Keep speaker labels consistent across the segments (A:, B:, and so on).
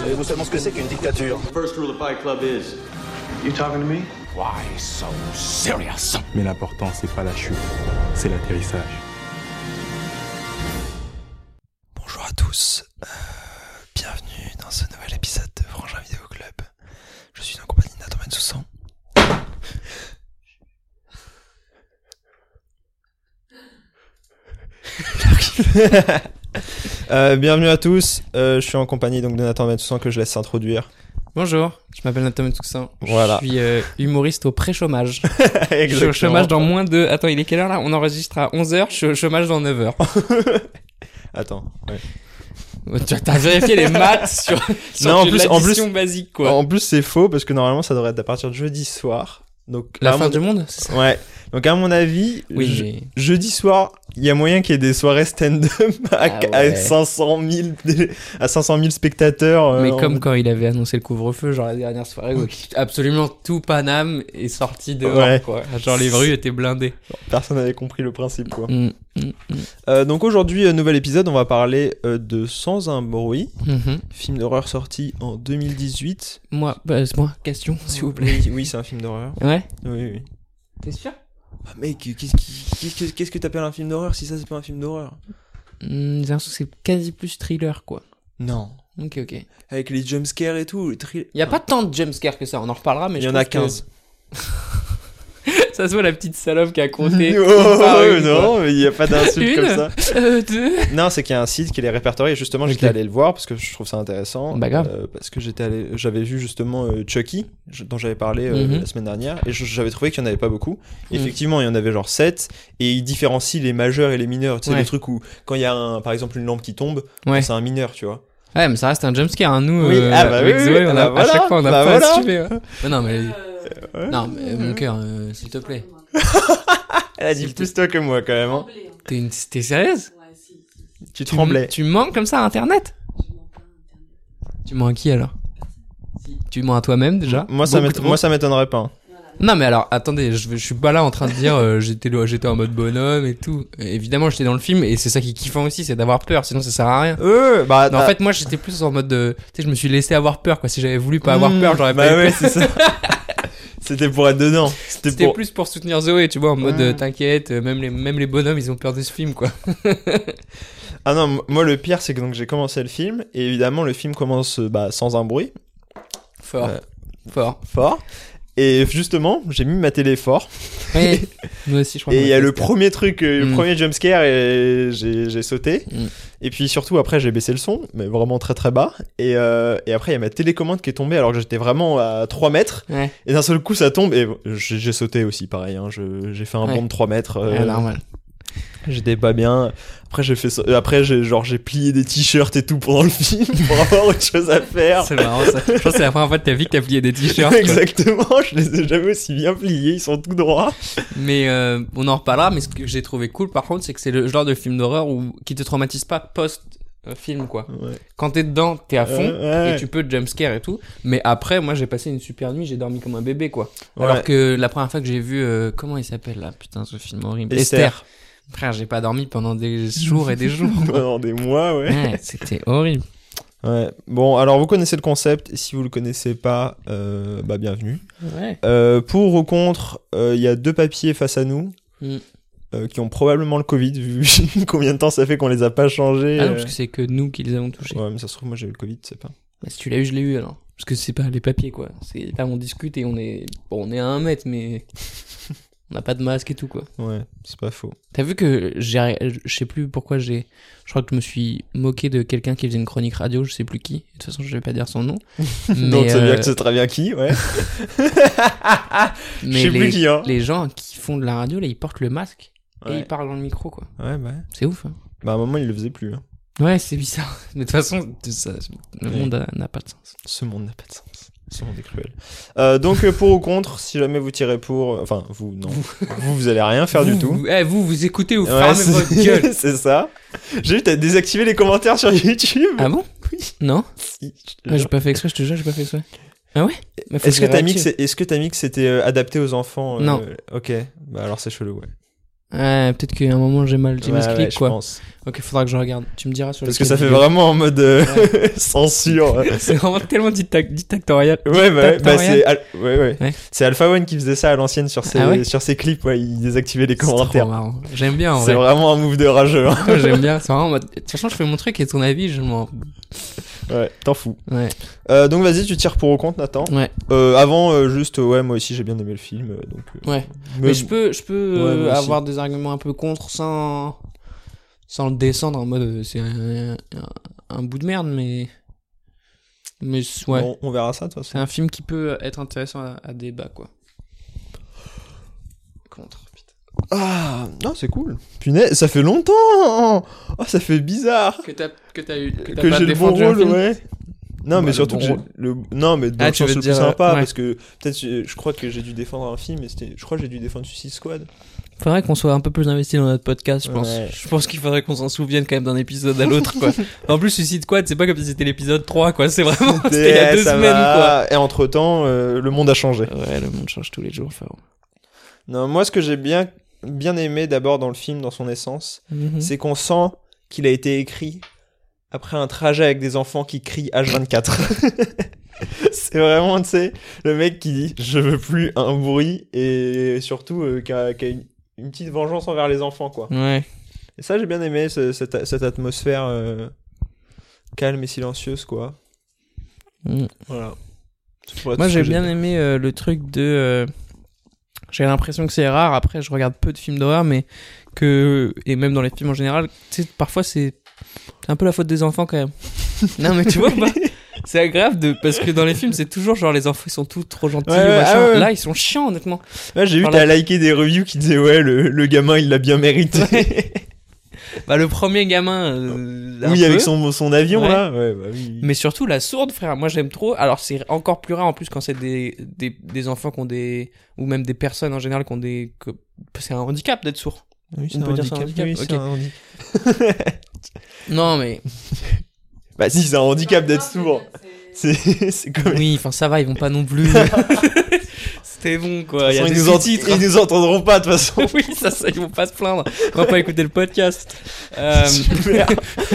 A: Savez-vous seulement ce que c'est qu'une dictature
B: First rule of Fight Club is You talking to me?
C: Why so serious
D: Mais l'important, c'est pas la chute, c'est l'atterrissage.
E: Bonjour à tous, euh, bienvenue dans ce nouvel épisode de Frangin Vidéo Club. Je suis en compagnie d'Adam Soussan. Euh, bienvenue à tous, euh, je suis en compagnie donc de Nathan Bensoussan que je laisse s'introduire.
F: Bonjour, je m'appelle Nathan Toussaint.
E: Voilà.
F: Je suis euh, humoriste au pré-chômage. je suis au chômage dans moins de. Attends, il est quelle heure là On enregistre à 11h, je suis au chômage dans 9h.
E: Attends. ouais.
F: tu as vérifié les maths sur, sur
E: Non, en
F: de
E: plus- en plus-
F: l'addition basique quoi.
E: En plus c'est faux parce que normalement ça devrait être à partir de jeudi soir. Donc
F: La
E: à
F: fin
E: Bah, mon-
F: du monde c'est ça
E: Ouais. Donc à mon avis,
F: Oui,
E: je-
F: mais-
E: jeudi soir, il y a moyen qu'il y ait des soirées stand-up à,
F: Ah ouais.
E: à 500 000 dé- à 500 000 spectateurs. euh,
F: Mais
E: en-
F: comme quand il avait annoncé le couvre-feu, genre la dernière soirée où absolument tout Paname est sorti dehors,
E: Ouais.
F: quoi. Genre les rues étaient blindées.
E: personne n'avait compris le principe quoi.
F: Mm, mm,
E: Euh, donc aujourd'hui, euh, nouvel épisode, on va parler euh, de Sans un bruit,
F: mhm.
E: film d'horreur sorti en 2018.
F: Moi, bah, c'est moi, question, s'il vous plaît.
E: Oui, oui, c'est un film d'horreur.
F: Ouais
E: Oui, oui.
F: T'es sûr
E: Bah, mec, qu'est-ce qui- qu'est-ce que qu'est-ce que t'appelles un film d'horreur si ça c'est pas un film d'horreur
F: Mm, J'ai l'impression que c'est quasi plus thriller, quoi.
E: Non.
F: Ok, ok.
E: Avec les jumpscares et tout, le thrill-
F: Il y a pas tant de jumpscares que ça, on en reparlera, mais
E: Il
F: je
E: y en a
F: trouve que-
E: 15.
F: Ça se voit la petite salope qui a compté.
E: Oh,
F: une par une,
E: non, mais il n'y a pas d'insulte
F: Une.
E: comme ça.
F: quoi. Euh, deux.
E: Non, c'est qu'il y a un site qui les répertorie. et Justement, j'étais
F: Ok.
E: allé le voir parce que je trouve ça intéressant.
F: Bah, grave.
E: Euh, parce que j'étais allé, j'avais vu justement euh, Chucky, je- dont j'avais parlé euh,
F: Mhm.
E: la semaine dernière, et je- j'avais trouvé qu'il n'y en avait pas beaucoup.
F: Mhm.
E: Effectivement, il y en avait genre 7, et ils différencient les majeurs et les mineurs. Tu sais,
F: Ouais.
E: le truc où, quand il y a un- par exemple une lampe qui tombe,
F: Ouais.
E: c'est un mineur, tu vois.
F: Ouais, mais ça reste un jumpscare, hein. nous.
E: Oui,
F: euh,
E: ah bah
F: avec
E: oui,
F: Zoé,
E: oui,
F: on a,
E: bah
F: à
E: voilà,
F: chaque fois, on a
E: bah
F: pas
E: voilà.
F: assumé, hein. ouais. Ouais, Non, mais,
G: Euh,
E: Ouais.
F: non, mais euh, mon cœur, euh, s'il te plaît.
E: Elle a dit
F: S'il te-
E: Ah, plus toi que moi quand même. hein.
F: T'es une- t'es sérieuse
E: Tu
F: Tu-
E: tremblais.
F: Tu, mens comme ça à Internet Tu mens à qui alors Tu mens à toi-même déjà
E: Moi, ça
F: Beaucoup
E: m'éton-
F: trop.
E: moi, ça m'étonnerait pas. hein.
F: Non, mais alors, attendez, je, vais- je suis pas là en train de dire euh, j'étais le- j'étais en mode bonhomme et tout. Et évidemment, j'étais dans le film et c'est ça qui est kiffant aussi, c'est d'avoir peur, sinon ça sert à rien.
E: Euh, bah,
F: Non, en
E: ah,
F: fait, moi j'étais plus en mode de. Tu sais, je me suis laissé avoir peur quoi. Si j'avais voulu pas avoir
E: hmm,
F: peur, j'aurais pas
E: Bah
F: eu
E: ouais,
F: peur.
E: c'est ça. C'était pour être dedans. C'était
F: C'était
E: pour.
F: plus pour soutenir Zoé, tu vois, en mode
E: Ouais.
F: euh, t'inquiète, euh, même les, même les bonhommes ils ont peur de ce film quoi.
E: Ah non, m- moi le pire c'est que donc j'ai commencé le film et évidemment le film commence euh, bah, sans un bruit
F: Fort.
E: Ouais.
F: Fort.
E: fort et justement j'ai mis ma télé fort
F: Oui, nous aussi, je crois.
E: et
F: qu'on
E: il y a
F: fait
E: le
F: ça.
E: premier truc euh, le
F: Mm.
E: premier jumpscare et j'ai j'ai sauté
F: Mm.
E: et puis surtout après j'ai baissé le son mais vraiment très très bas et, euh, et après il y a ma télécommande qui est tombée alors que j'étais vraiment à 3 mètres
F: Ouais,
E: et d'un seul coup ça tombe et j'ai j'ai sauté aussi pareil hein, Je- j'ai fait un
F: Ouais.
E: bond de 3 mètres euh,
F: ouais, Ah, normal.
E: J'étais pas bien. Après j'ai fait ça- euh, après j'ai genre j'ai plié des t-shirts et tout pendant le film pour avoir autre chose à faire.
F: C'est marrant ça. Je pense que c'est la première fois de ta vie que t'as plié des t-shirts. quoi.
E: Exactement, je les ai jamais aussi bien pliés, ils sont tout droits.
F: Mais euh, on en reparlera. Mais ce que j'ai trouvé cool, par contre, c'est que c'est le genre de film d'horreur où qui te traumatise pas post euh, film quoi. Quand t'es dedans, t'es à fond
E: Euh, ouais.
F: et tu peux jumpscare et tout. Mais après, moi, j'ai passé une super nuit. J'ai dormi comme un bébé quoi.
E: Ouais.
F: Alors que la première fois que j'ai vu, euh, comment il s'appelle là Putain, ce film horrible.
E: Esther.
F: Frère, j'ai pas dormi pendant des jours et des jours.
E: Pendant des mois, ouais.
F: Ouais, c'était horrible.
E: ouais. Bon, alors vous connaissez le concept, et si vous le connaissez pas, euh, bah bienvenue.
F: Ouais.
E: Euh, pour ou contre, euh, il y a deux papiers face à nous.
F: Mm.
E: euh, qui ont probablement le Covid, vu combien de temps ça fait qu'on les a pas changés.
F: Ah non,
E: euh.
F: parce que c'est que nous qui les avons touchés.
E: Ouais, mais ça se trouve, moi j'ai eu le Covid, c'est pas.
F: Bah, si tu l'as eu, je l'ai eu alors. Parce que c'est pas les papiers quoi. C'est là on discute et on est bon, on est à un mètre mais on n'a pas de masque et tout quoi.
E: Ouais, c'est pas faux.
F: T'as vu que j'ai, je sais plus pourquoi j'ai, je crois que je me suis moqué de quelqu'un qui faisait une chronique radio, je sais plus qui. De toute façon, je vais pas dire son nom. mais
E: Donc c'est bien
F: euh,
E: que c'est très bien qui, ouais.
F: mais
E: Je sais
F: les,
E: plus qui, hein.
F: les gens qui font de la radio là, ils portent le masque et
E: Ouais.
F: ils parlent dans le micro quoi.
E: Ouais, bah.
F: C'est ouf. Hein.
E: Bah, à un moment, il le faisait plus. hein.
F: Ouais, c'est bizarre. Mais de toute façon, tout ça, le
E: Ouais.
F: monde a- n'a pas de sens.
E: Ce monde n'a pas de sens. Ce monde est cruel. Euh, donc, euh, pour ou contre, si jamais vous tirez pour. euh, Enfin, vous, non. vous, vous allez rien faire
F: vous,
E: du tout.
F: Vous, eh, vous, vous écoutez, vous
E: Ouais,
F: fermez
E: c'est-
F: votre gueule.
E: c'est ça. J'ai vu, t'as désactivé les commentaires sur YouTube.
F: Ah bon Non
E: Si, je te
F: Ouais, J'ai
E: jure.
F: pas fait exprès, je te jure, j'ai pas fait exprès. Ah ouais Mais faut
E: Est-ce que
F: je
E: t'as mis que
F: réactive.
E: c'est- est-ce que t'as mis que c'était euh, adapté aux enfants euh,
F: Non.
E: Ok. Bah alors c'est chelou, ouais.
F: Ouais, peut-être qu'à un moment j'ai mal, j'ai mis
E: Ouais,
F: ce
E: ouais,
F: clic,
E: je
F: quoi.
E: pense.
F: Ok, faudra que je regarde. Tu me diras sur le
E: Parce que
F: site
E: ça fait
F: vidéo.
E: vraiment en mode euh, censure. ouais,
F: C'est vraiment tellement dicta- dictatorial.
E: ouais, ouais, bah,
F: Dictatorial.
E: c'est Al- ouais, ouais.
F: Ouais.
E: C'est Alpha One qui faisait ça à l'ancienne sur ses,
F: Ah ouais
E: sur ses clips. Ouais, il désactivait les
F: C'est trop
E: commentaires.
F: marrant. J'aime bien en
E: C'est
F: vrai.
E: vraiment un move de rageux. hein.
F: J'aime bien. C'est vraiment. en mode- De toute façon, je fais mon truc et ton avis, je m'en.
E: Ouais, t'en fous.
F: Ouais.
E: Euh, donc vas-y, tu tires pour au compte, Nathan.
F: Ouais.
E: Euh, avant, euh, juste, euh, ouais, moi aussi j'ai bien aimé le film. euh, donc, euh,
F: Ouais.
E: me-
F: Mais je peux, je peux euh,
E: Ouais, moi aussi.
F: avoir des arguments un peu contre sans, sans le descendre en mode euh, c'est un, un- un bout de merde, mais. Mais c- ouais. Ah.
E: on, on verra ça de toute
F: C'est
E: façon.
F: un film qui peut être intéressant à, à débat, quoi. Contre, putain.
E: Ah, non, c'est cool. Punaise, ça fait longtemps. Oh, ça fait bizarre.
F: Que t'as que t'as eu. Que, t'as
E: que
F: pas
E: j'ai le bon
F: défendu un
E: rôle,
F: film
E: ouais. Non,
F: Bah,
E: mais
F: le
E: surtout
F: bon
E: que j'ai
F: rôle.
E: le non, mais dans
F: Ah,
E: le
F: tu
E: sens
F: veux
E: le
F: dire,
E: plus sympa
F: ouais.
E: parce que peut-être je je crois que j'ai dû défendre un film, mais c'était je crois que j'ai dû défendre Suicide Squad.
F: Faudrait qu'on soit un peu plus investi dans notre podcast, je pense.
E: Ouais.
F: Je pense qu'il faudrait qu'on s'en souvienne quand même d'un épisode à l'autre, quoi. en plus, Suicide Squad, c'est pas comme si c'était l'épisode 3, quoi. C'est vraiment, c'était il y a
E: Eh,
F: deux
E: ça
F: semaines,
E: va. Et entre temps, le monde a changé.
F: quoi. Ouais, le monde change tous les jours, frérot.
E: Non, moi ce que j'ai bien bien aimé d'abord dans le film, dans son essence,
F: Mm-hmm.
E: c'est qu'on sent qu'il a été écrit après un trajet avec des enfants qui crient H24. C'est vraiment, tu sais, le mec qui dit je veux plus un bruit et surtout euh, qui a, qui a une, une petite vengeance envers les enfants, quoi.
F: Ouais.
E: Et ça, j'ai bien aimé ce- cette, cette atmosphère euh, calme et silencieuse, quoi.
F: Mm.
E: Voilà. C'est pour
F: Moi,
E: tout ce
F: j'ai
E: que
F: bien aimé euh, le truc de. euh, J'ai l'impression que c'est rare. Après, je regarde peu de films d'horreur, mais que et même dans les films en général, tu sais, parfois c'est c'est un peu la faute des enfants quand même. non, mais tu vois pas. C'est agréable de parce que dans les films, c'est toujours genre les enfants ils sont tous trop gentils.
E: Ouais, ouais,
F: ou machin.
E: ah ouais.
F: Là, ils sont chiants, honnêtement.
E: Là, j'ai vu,
F: Par
E: t'as liké des reviews qui disaient ouais, le, le gamin il l'a bien mérité.
F: Bah, le premier gamin. euh, un
E: oui, avec
F: peu.
E: son, son avion
F: Ouais.
E: là. Ouais, bah oui.
F: Mais surtout la sourde, frère. Moi, j'aime trop. Alors, c'est encore plus rare en plus quand c'est des, des, des enfants qui ont des. ou même des personnes en général qui ont des. que- C'est un handicap d'être sourd.
E: Oui,
F: On peut dire c'est un handicap,
E: oui, c'est
F: ok.
E: un handi-
F: Non, mais.
E: Bah si, c'est un handicap d'être sourd. C'est c'est comme...
F: Oui, enfin ça va, ils vont pas non plus. C'était bon quoi. Il bah, y a
E: ils,
F: des
E: nous ent-
F: sous-titres.
E: ils nous entendront pas de toute façon.
F: oui, ça, ça, ils vont pas se plaindre. On va pas écouter le podcast. Euh,
E: Super.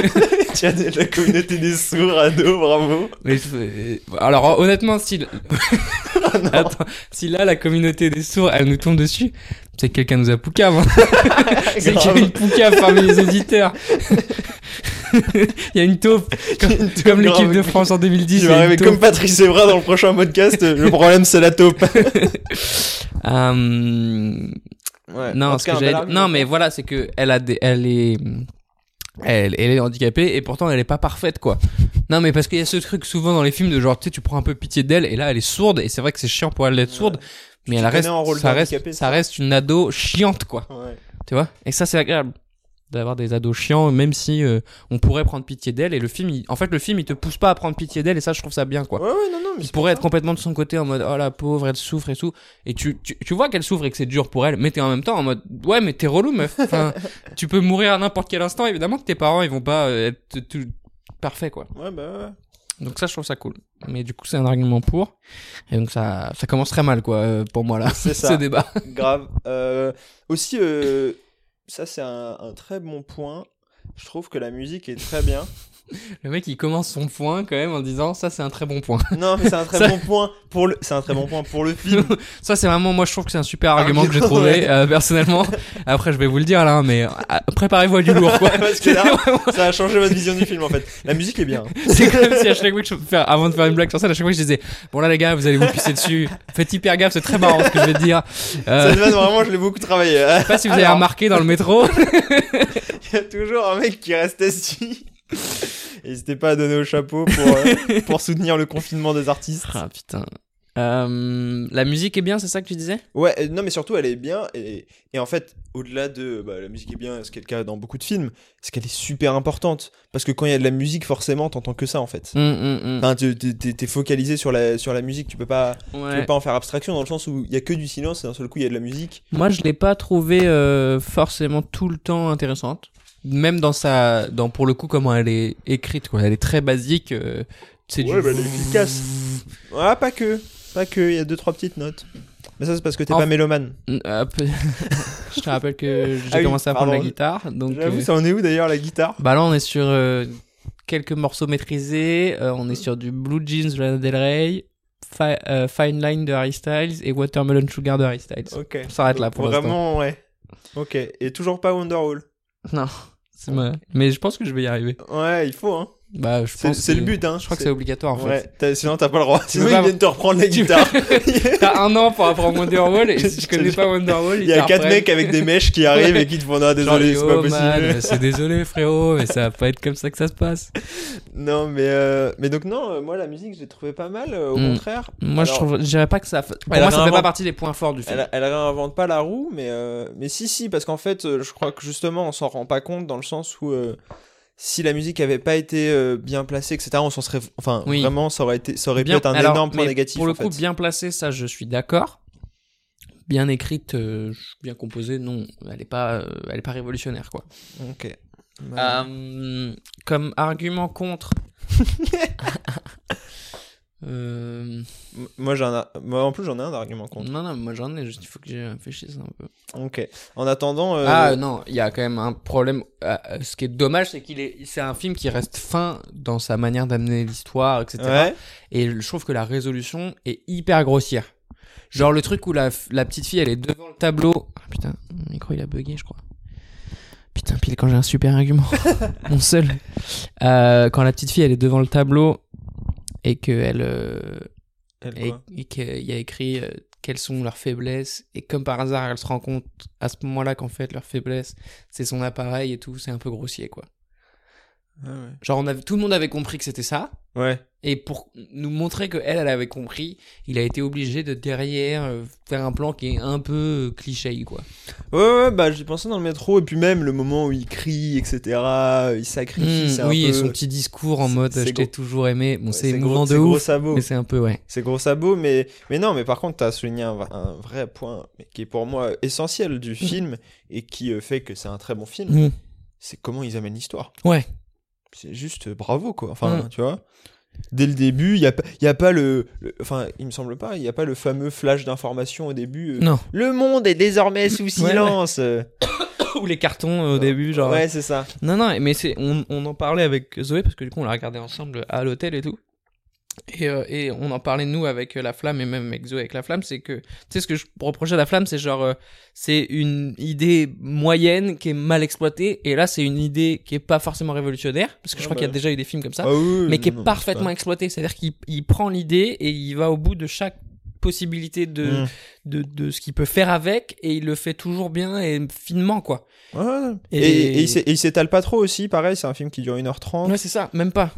E: Tiens, la communauté des sourds, ados, bravo.
F: mais, euh, alors honnêtement, si Attends, si là la communauté des sourds elle nous tombe dessus, c'est que quelqu'un nous a poucave. hein. c'est qu'il y a
E: Grave.
F: une poucave parmi les auditeurs. Il y a une taupe comme, comme l'équipe
E: grave.
F: de France en 2010.
E: Je vais
F: il y a une
E: arriver
F: taupe.
E: comme Patrice Evra dans le prochain podcast. euh, le problème, c'est la taupe.
F: Euh, Non, ce que j'allais dire- non, mais voilà, c'est que elle a des, elle est, elle, elle est handicapée et pourtant elle est pas parfaite quoi. Non, mais parce qu'il y a ce truc souvent dans les films de genre tu sais tu prends un peu pitié d'elle et là elle est sourde et c'est vrai que c'est chiant pour elle d'être sourde, mais elle
E: connais
F: reste,
E: en rôle
F: ça
E: d'handicapé,
F: reste,
E: ça.
F: ça reste une ado chiante quoi, tu vois. Et ça c'est agréable d'avoir des ados chiants même si euh, on pourrait prendre pitié d'elle et le film, il- en fait le film il te pousse pas à prendre pitié d'elle et ça je trouve ça bien quoi.
E: Ouais, ouais, non, non, mais
F: Il
E: c'est
F: pourrait être
E: pour
F: complètement de son côté en mode oh la pauvre elle souffre et tout et tu, tu, tu vois qu'elle souffre et que c'est dur pour elle mais t'es en même temps en mode ouais mais t'es relou meuf enfin tu peux mourir à n'importe quel instant évidemment que tes parents ils vont pas euh, être tout parfait quoi
E: ça. Ouais, bah ouais.
F: donc ça je trouve ça cool mais du coup c'est un argument pour et donc ça ça commence très mal quoi euh, pour moi là
E: C'est
F: ce
E: ça.
F: débat
E: Grave. Euh, aussi, euh, ça c'est un, un très bon point. Je trouve que la musique est très bien.
F: le mec il commence son point quand même en disant ça c'est un très bon point
E: Non, mais c'est un très
F: Ça-
E: bon point pour le. C'est un très bon point pour le film.
F: ça c'est vraiment moi je trouve que c'est un super argument que j'ai
E: Argument,
F: trouvé
E: ouais.
F: euh, personnellement après je vais vous le dire là mais euh, préparez-vous à du lourd quoi
E: Parce que là, ça a changé votre vision du film en fait. La musique est bien.
F: C'est comme si à chaque fois que je faire, avant de faire une blague sur scène, à chaque fois que je disais, bon là les gars, vous allez vous pisser dessus. Faites hyper gaffe, c'est très marrant ce que je vais te dire. Euh,
E: Cette
F: je
E: vanne, vraiment, je l'ai beaucoup travaillé.
F: sais pas si vous avez
E: Alors.
F: remarqué dans le métro.
E: Il y a toujours un mec qui reste assis. N'hésitez pas à donner au chapeau pour, euh, pour soutenir le confinement des artistes.
F: ah putain. Euh, la musique est bien, c'est ça que tu disais
E: Ouais, euh, non, mais surtout, elle est bien. Et, et en fait, au-delà de bah, la musique est bien, ce qui est le cas dans beaucoup de films, c'est qu'elle est super importante. Parce que quand il y a de la musique, forcément, t'entends que ça en fait.
F: Hum, hum, hum.
E: Enfin, t'es- t'es t'es- t'es focalisé sur la, sur la musique, tu peux, pas, tu
F: Ouais.
E: peux pas en faire abstraction dans le sens où il y a que du silence et d'un seul coup il y a de la musique.
F: Moi, je l'ai pas trouvé euh, forcément tout le temps intéressante. Même dans sa, dans pour le coup comment elle est écrite, quoi. Elle est très basique. euh, c'est du-
E: Mmh. Ouais, bah, elle est efficace. Ah, pas que. Pas que, il y a deux trois petites notes. Mais ça, c'est parce que t'es
F: En-
E: pas mélomane.
F: Euh, peu- je te rappelle que j'ai
E: Ah oui,
F: commencé à prendre la
E: pardon.
F: guitare. Donc,
E: J'avoue,
F: euh,
E: ça en est où d'ailleurs la guitare
F: bah là, on est sur euh, quelques morceaux maîtrisés. Euh, on est sur du Blue Jeans de Lana Del Rey, Fi- euh, Fine Line de Harry Styles et Watermelon Sugar de Harry Styles.
E: Ok.
F: On s'arrête là
E: Donc,
F: pour l'instant.
E: Vraiment, ouais. Ok. Et toujours pas Wonderwall.
F: Non, c'est ma- Mais je pense que je vais y arriver.
E: Ouais, il faut, hein.
F: Bah, je
E: C'est
F: pense.
E: c'est
F: que-
E: le but, hein.
F: Je crois que c'est obligatoire en
E: Ouais,
F: fait.
E: t'as- sinon t'as pas le droit. Sinon
F: peux
E: ils
F: pas-
E: viennent te reprendre la
F: Tu-
E: guitare.
F: T'as un an pour apprendre Wonderwall et
E: Je
F: si tu
E: te
F: connais
E: jure.
F: pas Wonderwall,
E: Il y a quatre mecs avec des mèches qui arrivent et qui te font non désolé, c'est pas possible.
F: c'est désolé frérot, mais ça va pas être comme ça que ça se passe.
E: Non mais euh, mais donc non, euh, moi la musique je l'ai trouvée pas mal. euh, au
F: Mm.
E: contraire,
F: Moi je
E: Alors-
F: trouve, je dirais pas que ça. Pour
E: Elle a
F: moi ça fait
E: vraiment-
F: pas partie des points forts du film.
E: elle, elle réinvente pas la roue, mais euh, mais si si parce qu'en fait euh, je crois que justement on s'en rend pas compte dans le sens où euh, si la musique avait pas été euh, bien placée etc on s'en serait enfin
F: Oui.
E: vraiment ça aurait été ça aurait
F: Bien-
E: pu être un
F: alors,
E: énorme point
F: mais
E: négatif
F: Pour le
E: en
F: coup,
E: fait.
F: bien placée, ça je suis d'accord. Bien écrite, euh, bien composée, non, elle est pas, euh, elle est pas révolutionnaire quoi.
E: Ok.
F: Euh, comme argument contre. Euh,
E: M- Moi j'en ai moi en plus j'en ai un argument contre.
F: non, non, moi j'en ai, juste, il faut que j'y réfléchisse un peu.
E: Ok. En attendant euh,
F: Mm. Ah non, il y a quand même un problème. euh, euh, ce qui est dommage, c'est qu'il est, c'est un film qui reste fin dans sa manière d'amener l'histoire, etc.
E: ouais.
F: Et je trouve que la résolution est hyper grossière. Genre le truc où la, f- la petite fille elle est devant le tableau. Ah, putain, mon micro il a bugué, je crois. Putain, pile quand j'ai un super argument, mon seul. Euh, quand la petite fille elle est devant le tableau et que elle euh,
E: Elle,
F: et,
E: quoi.
F: et qu'il y a écrit euh, quelles sont leurs faiblesses et comme par hasard elle se rend compte à ce moment-là qu'en fait leur faiblesse c'est son appareil et tout c'est un peu grossier quoi
E: Ah ouais.
F: genre on avait tout le monde avait compris que c'était ça
E: ouais.
F: et pour nous montrer que elle elle avait compris il a été obligé de derrière euh, faire un plan qui est un peu euh, cliché quoi
E: Ouais, ouais, bah j'y pensais dans le métro, et puis même le moment où il crie, etc., euh, il sacrifie, c'est
F: Mmh,
E: un
F: oui
E: peu...
F: et son petit discours en
E: c'est-
F: mode
E: c'est
F: je t'ai
E: gros.
F: toujours aimé bon
E: Ouais,
F: c'est
E: gros-
F: émouvant de
E: gros
F: ouf
E: sabot.
F: mais c'est un peu ouais
E: C'est gros sabot, mais, mais non, mais par contre, t'as souligné un, un vrai point mais qui est pour moi essentiel du film, et qui euh, fait que c'est un très bon film,
F: Mmh.
E: c'est comment ils amènent l'histoire.
F: Ouais.
E: C'est juste euh, bravo, quoi. Enfin,
F: Mm.
E: tu vois Dès le début, il n'y a, pas- y a pas le, le- Enfin, il me semble pas, il n'y a pas le fameux flash d'information au début. euh,
F: Non.
E: Le monde est désormais sous
F: ouais.
E: silence euh.
F: ou les cartons euh, au début genre
E: Ouais, c'est ça.
F: Non, non, mais c'est, on, on en parlait avec Zoé parce que du coup on l'a regardé ensemble à l'hôtel et tout. Et, euh, et on en parlait nous avec euh, la flamme et même avec Zoé avec la flamme, c'est que tu sais ce que je reprochais à la flamme, c'est genre euh, c'est une idée moyenne qui est mal exploitée et là c'est une idée qui est pas forcément révolutionnaire parce que je
E: Ah
F: crois
E: bah.
F: qu'il y a déjà eu des films comme ça,
E: Ah oui, oui,
F: mais qui est
E: non,
F: parfaitement exploitée, c'est-à-dire qu'il il prend l'idée et il va au bout de chaque possibilité
E: c'est
F: de,
E: pas- Mm.
F: de, de ce qu'il peut faire avec et il le fait toujours bien et finement quoi.
E: Ouais, ouais.
F: Et-
E: Et, et, il s'é- et il s'étale pas trop aussi, pareil, c'est un film qui dure 1h30.
F: Ouais, c'est ça, même pas.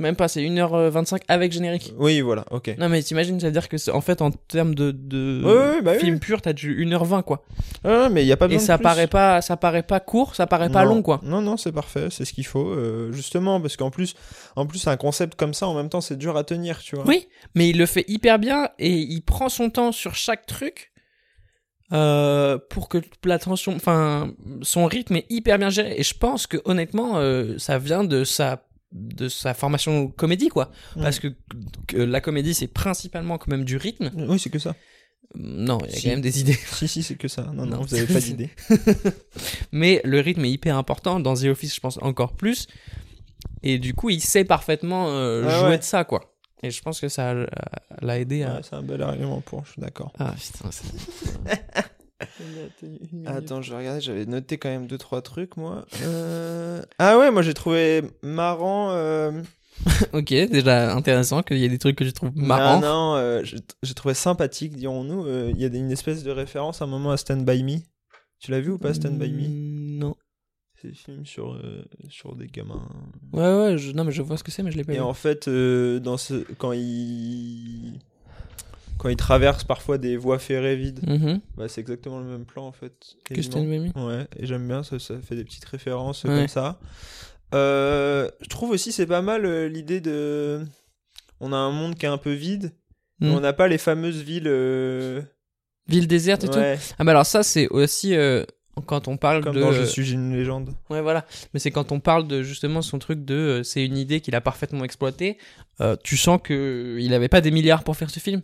F: Même pas, c'est 1h25 avec générique.
E: Oui, voilà, ok.
F: Non, mais t'imagines, ça veut dire que, c'est- en fait, en termes de, de
E: Ouais, ouais, bah oui.
F: film pur, t'as du 1h20, quoi.
E: Ah, mais il y a pas
F: Et
E: besoin de
F: ça
E: plus.
F: paraît, pas, ça paraît pas court, ça paraît pas
E: Non.
F: long, quoi.
E: Non, non, c'est parfait, c'est ce qu'il faut, euh, justement, parce qu'en plus, en plus, un concept comme ça, en même temps, c'est dur à tenir, tu vois.
F: Oui, mais il le fait hyper bien et il prend son temps sur chaque truc euh, pour que la tension, enfin, son rythme est hyper bien géré. Et je pense que honnêtement, euh, ça vient de sa de sa formation comédie quoi
E: Mm.
F: parce que, que la comédie c'est principalement quand même du rythme
E: Euh, Oui, c'est que ça.
F: non il y a
E: Si.
F: quand même des idées
E: Si, si, c'est que ça. Non, non,
F: Non.
E: vous avez pas d'idée.
F: Mais le rythme est hyper important. Dans The Office, je pense encore plus. Et du coup, il sait parfaitement euh,
E: Ah
F: jouer
E: ouais.
F: de ça, quoi. Et je pense que ça euh, l'a aidé à.
E: Ouais, c'est un bel argument pour, je suis d'accord.
F: Ah putain, c'est-
E: Attends, je vais regarder, j'avais noté quand même deux trois trucs, moi. Euh, Ah ouais, moi j'ai trouvé marrant. euh,
F: ok, déjà intéressant qu'il y ait des trucs que je trouve marrants.
E: Non, non, euh, j'ai j'ai trouvé sympathique, dirons-nous. euh, Il y a des- une espèce de référence à un moment à Stand By Me. Tu l'as vu ou pas, Stand By Me
F: Mm, Non.
E: C'est le film sur, euh, sur des gamins.
F: Ouais, ouais, je... non, mais je vois ce que c'est, mais je l'ai pas
E: Et
F: vu.
E: en fait, euh, dans ce... quand ils quand ils traversent parfois des voies ferrées vides,
F: Mhm.
E: bah, c'est exactement le même plan en fait.
F: Que je t'ai
E: quasiment.
F: mis.
E: Ouais, et j'aime bien, ça, ça fait des petites références euh,
F: Ouais.
E: comme ça. Euh, je trouve aussi c'est pas mal euh, l'idée de... On a un monde qui est un peu vide, mais
F: Mm.
E: on n'a pas les fameuses villes... euh,
F: Ville déserte et
E: ouais,
F: tout. Ah, bah alors, ça, c'est aussi euh, quand on parle
E: comme
F: de.
E: dans Je suis une légende.
F: Ouais, voilà. Mais c'est quand on parle de justement son truc de euh, c'est une idée qu'il a parfaitement exploitée, euh, tu sens que il avait pas des milliards pour faire ce film.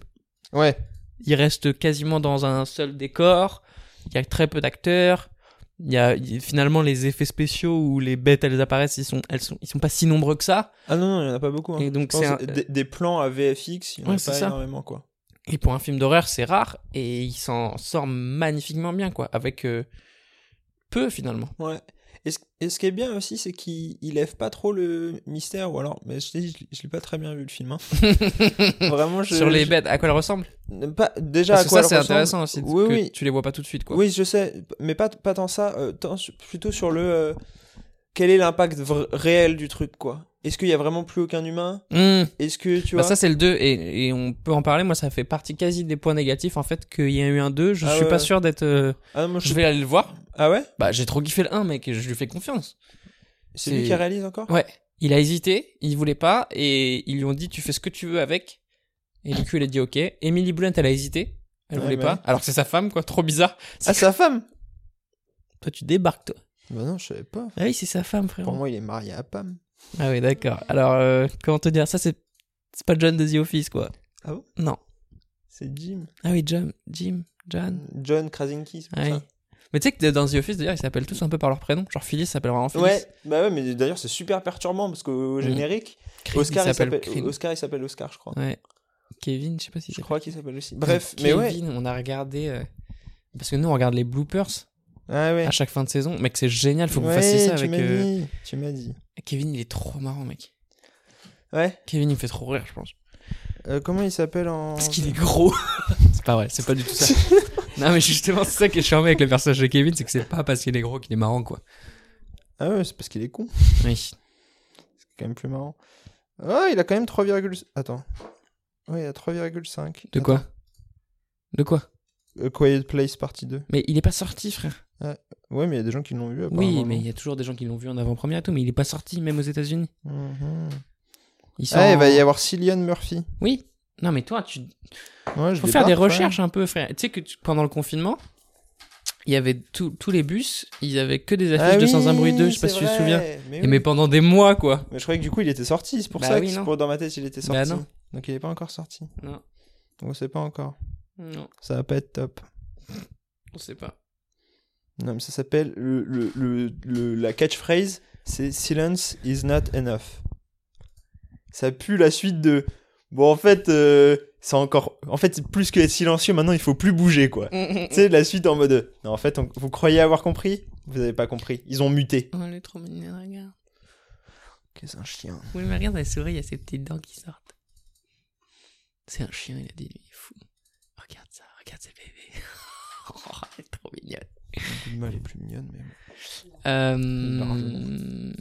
E: Ouais.
F: il reste quasiment dans un seul décor, il y a très peu d'acteurs, il y a il- finalement les effets spéciaux où les bêtes elles apparaissent, ils sont, elles sont, ils sont pas si nombreux que ça.
E: Ah non, non, il n'y en a pas beaucoup. hein.
F: Et donc
E: Je pense
F: c'est un-
E: des, des plans à VFX, il n'y en
F: Ouais,
E: a
F: c'est
E: pas
F: ça.
E: énormément, quoi.
F: Et pour un film d'horreur, c'est rare et il s'en sort magnifiquement bien, quoi, avec euh, peu finalement.
E: Ouais. Et ce, et ce qui est bien aussi, c'est qu'il il lève pas trop le mystère, ou alors, mais je, dis, je, je l'ai pas très bien vu le film. hein. Vraiment, je.
F: Sur les
E: je-
F: bêtes, à quoi elles ressemblent
E: pas, déjà,
F: Parce
E: à
F: que
E: quoi
F: ça, c'est
E: elle ressemble.
F: intéressant aussi.
E: Oui,
F: que
E: oui.
F: Tu les vois pas tout de suite, quoi.
E: Oui, je sais, mais pas, pas tant ça, euh, tant su- plutôt sur le. euh, quel est l'impact vr- réel du truc, quoi Est-ce qu'il y a vraiment plus aucun humain
F: Mmh.
E: Est-ce que, tu
F: Bah
E: vois.
F: ça c'est le 2 et, et on peut en parler moi ça fait partie quasi des points négatifs en fait qu'il y a eu un 2 je
E: Ah
F: suis
E: ouais.
F: pas sûr d'être euh,
E: ah, moi, je-
F: je vais aller le voir
E: ah ouais
F: bah j'ai trop kiffé le 1 mec et je lui fais confiance
E: C'est
F: C'est-
E: lui qui réalise encore
F: ouais il a hésité il voulait pas et ils lui ont dit tu fais ce que tu veux avec et du coup il a dit ok Emily Blunt elle a hésité elle
E: Ouais,
F: voulait
E: bah
F: pas
E: oui.
F: alors que c'est sa femme quoi trop bizarre
E: Ah, sa femme
F: toi tu débarques toi
E: Bah non, je savais pas.
F: ah oui c'est sa femme frère
E: Pour moi, il est marié à Pam.
F: ah oui d'accord alors euh, comment te dire ça c'est c'est pas John de The Office quoi
E: Ah bon
F: non
E: C'est Jim.
F: ah oui Jim Jim John
E: John Krasinski, c'est pour
F: Ouais.
E: ça.
F: Mais tu sais que dans The Office, d'ailleurs, ils s'appellent tous un peu par leur prénom. Genre Phyllis s'appelle vraiment Phyllis.
E: Ouais, bah ouais, mais d'ailleurs c'est super perturbant parce qu'au
F: Mhm.
E: générique,
F: Chris,
E: Oscar, il s'appelle
F: Chris.
E: Oscar, il s'appelle Oscar, je crois.
F: Ouais. Kevin, je sais pas si
E: Je crois qu'il s'appelle aussi. Bref, mais ouais.
F: Kevin, on a regardé. euh, Parce que nous, on regarde les bloopers
E: Ah ouais.
F: à chaque fin de saison. Mec, c'est génial, faut que vous
E: Ouais,
F: fassiez ça
E: tu
F: avec.
E: m'as
F: euh,
E: dit, Tu m'as dit.
F: Kevin, il est trop marrant, mec.
E: Ouais.
F: Kevin, il me fait trop rire, je pense.
E: Euh, comment il s'appelle en.
F: Parce qu'il est gros. c'est pas vrai, c'est pas du tout ça. non, mais justement, c'est ça qui est charmant avec le personnage de Kevin, c'est que c'est pas parce qu'il est gros qu'il est marrant, quoi.
E: Ah ouais, c'est parce qu'il est con.
F: Oui.
E: C'est quand même plus marrant. Ah, il a quand même 3, attends. Ouais, il a 3,5.
F: De quoi De quoi
E: Euh, Quiet Place partie 2.
F: Mais il est pas sorti, frère.
E: Ouais, mais il y a des gens qui l'ont vu apparemment.
F: Oui, mais il y a toujours des gens qui l'ont vu en avant-première et tout, mais il est pas sorti même aux États-Unis.
E: Mhm.
F: Il sort
E: Ah, il va
F: en-
E: y avoir Cillian Murphy.
F: Oui. Non, mais toi, tu
E: Ouais, je
F: faut
E: vais
F: faire des
E: voir, ça.
F: recherches un peu, frère. Tu sais que tu- pendant le confinement, il y avait tout- tous les bus, ils avaient que des affiches
E: Ah
F: de Sans un
E: oui,
F: bruit 2, je sais pas
E: c'est
F: si tu te
E: vrai,
F: souviens.
E: mais
F: Et
E: oui.
F: mais pendant des mois, quoi.
E: Mais je croyais que du coup il était sorti, c'est pour
F: Bah
E: ça
F: oui,
E: que c'est
F: non.
E: pour dans ma tête il était sorti.
F: Bah non.
E: Donc il est pas encore sorti.
F: Non,
E: Donc on sait pas encore.
F: non,
E: Ça va pas être top.
F: on sait pas.
E: Non mais ça s'appelle le, le- le- le- la catchphrase, c'est silence is not enough. Ça pue la suite de bon en fait euh, c'est encore en fait c'est plus que être silencieux maintenant il faut plus bouger quoi. Tu sais la suite en mode non en fait on- vous croyez avoir compris vous avez pas compris ils ont muté.
F: Oh, elle est trop mignonne, regarde.
E: Qu'est-ce un chien.
F: Oui, mais regarde, elle sourit, il y a ses petites dents qui sortent. C'est un chien, il a dit, lui, il est fou. Regarde ça, regarde ses bébés. oh, elle est trop mignonne.
E: Mal est plus mignonne mais.
F: Euh,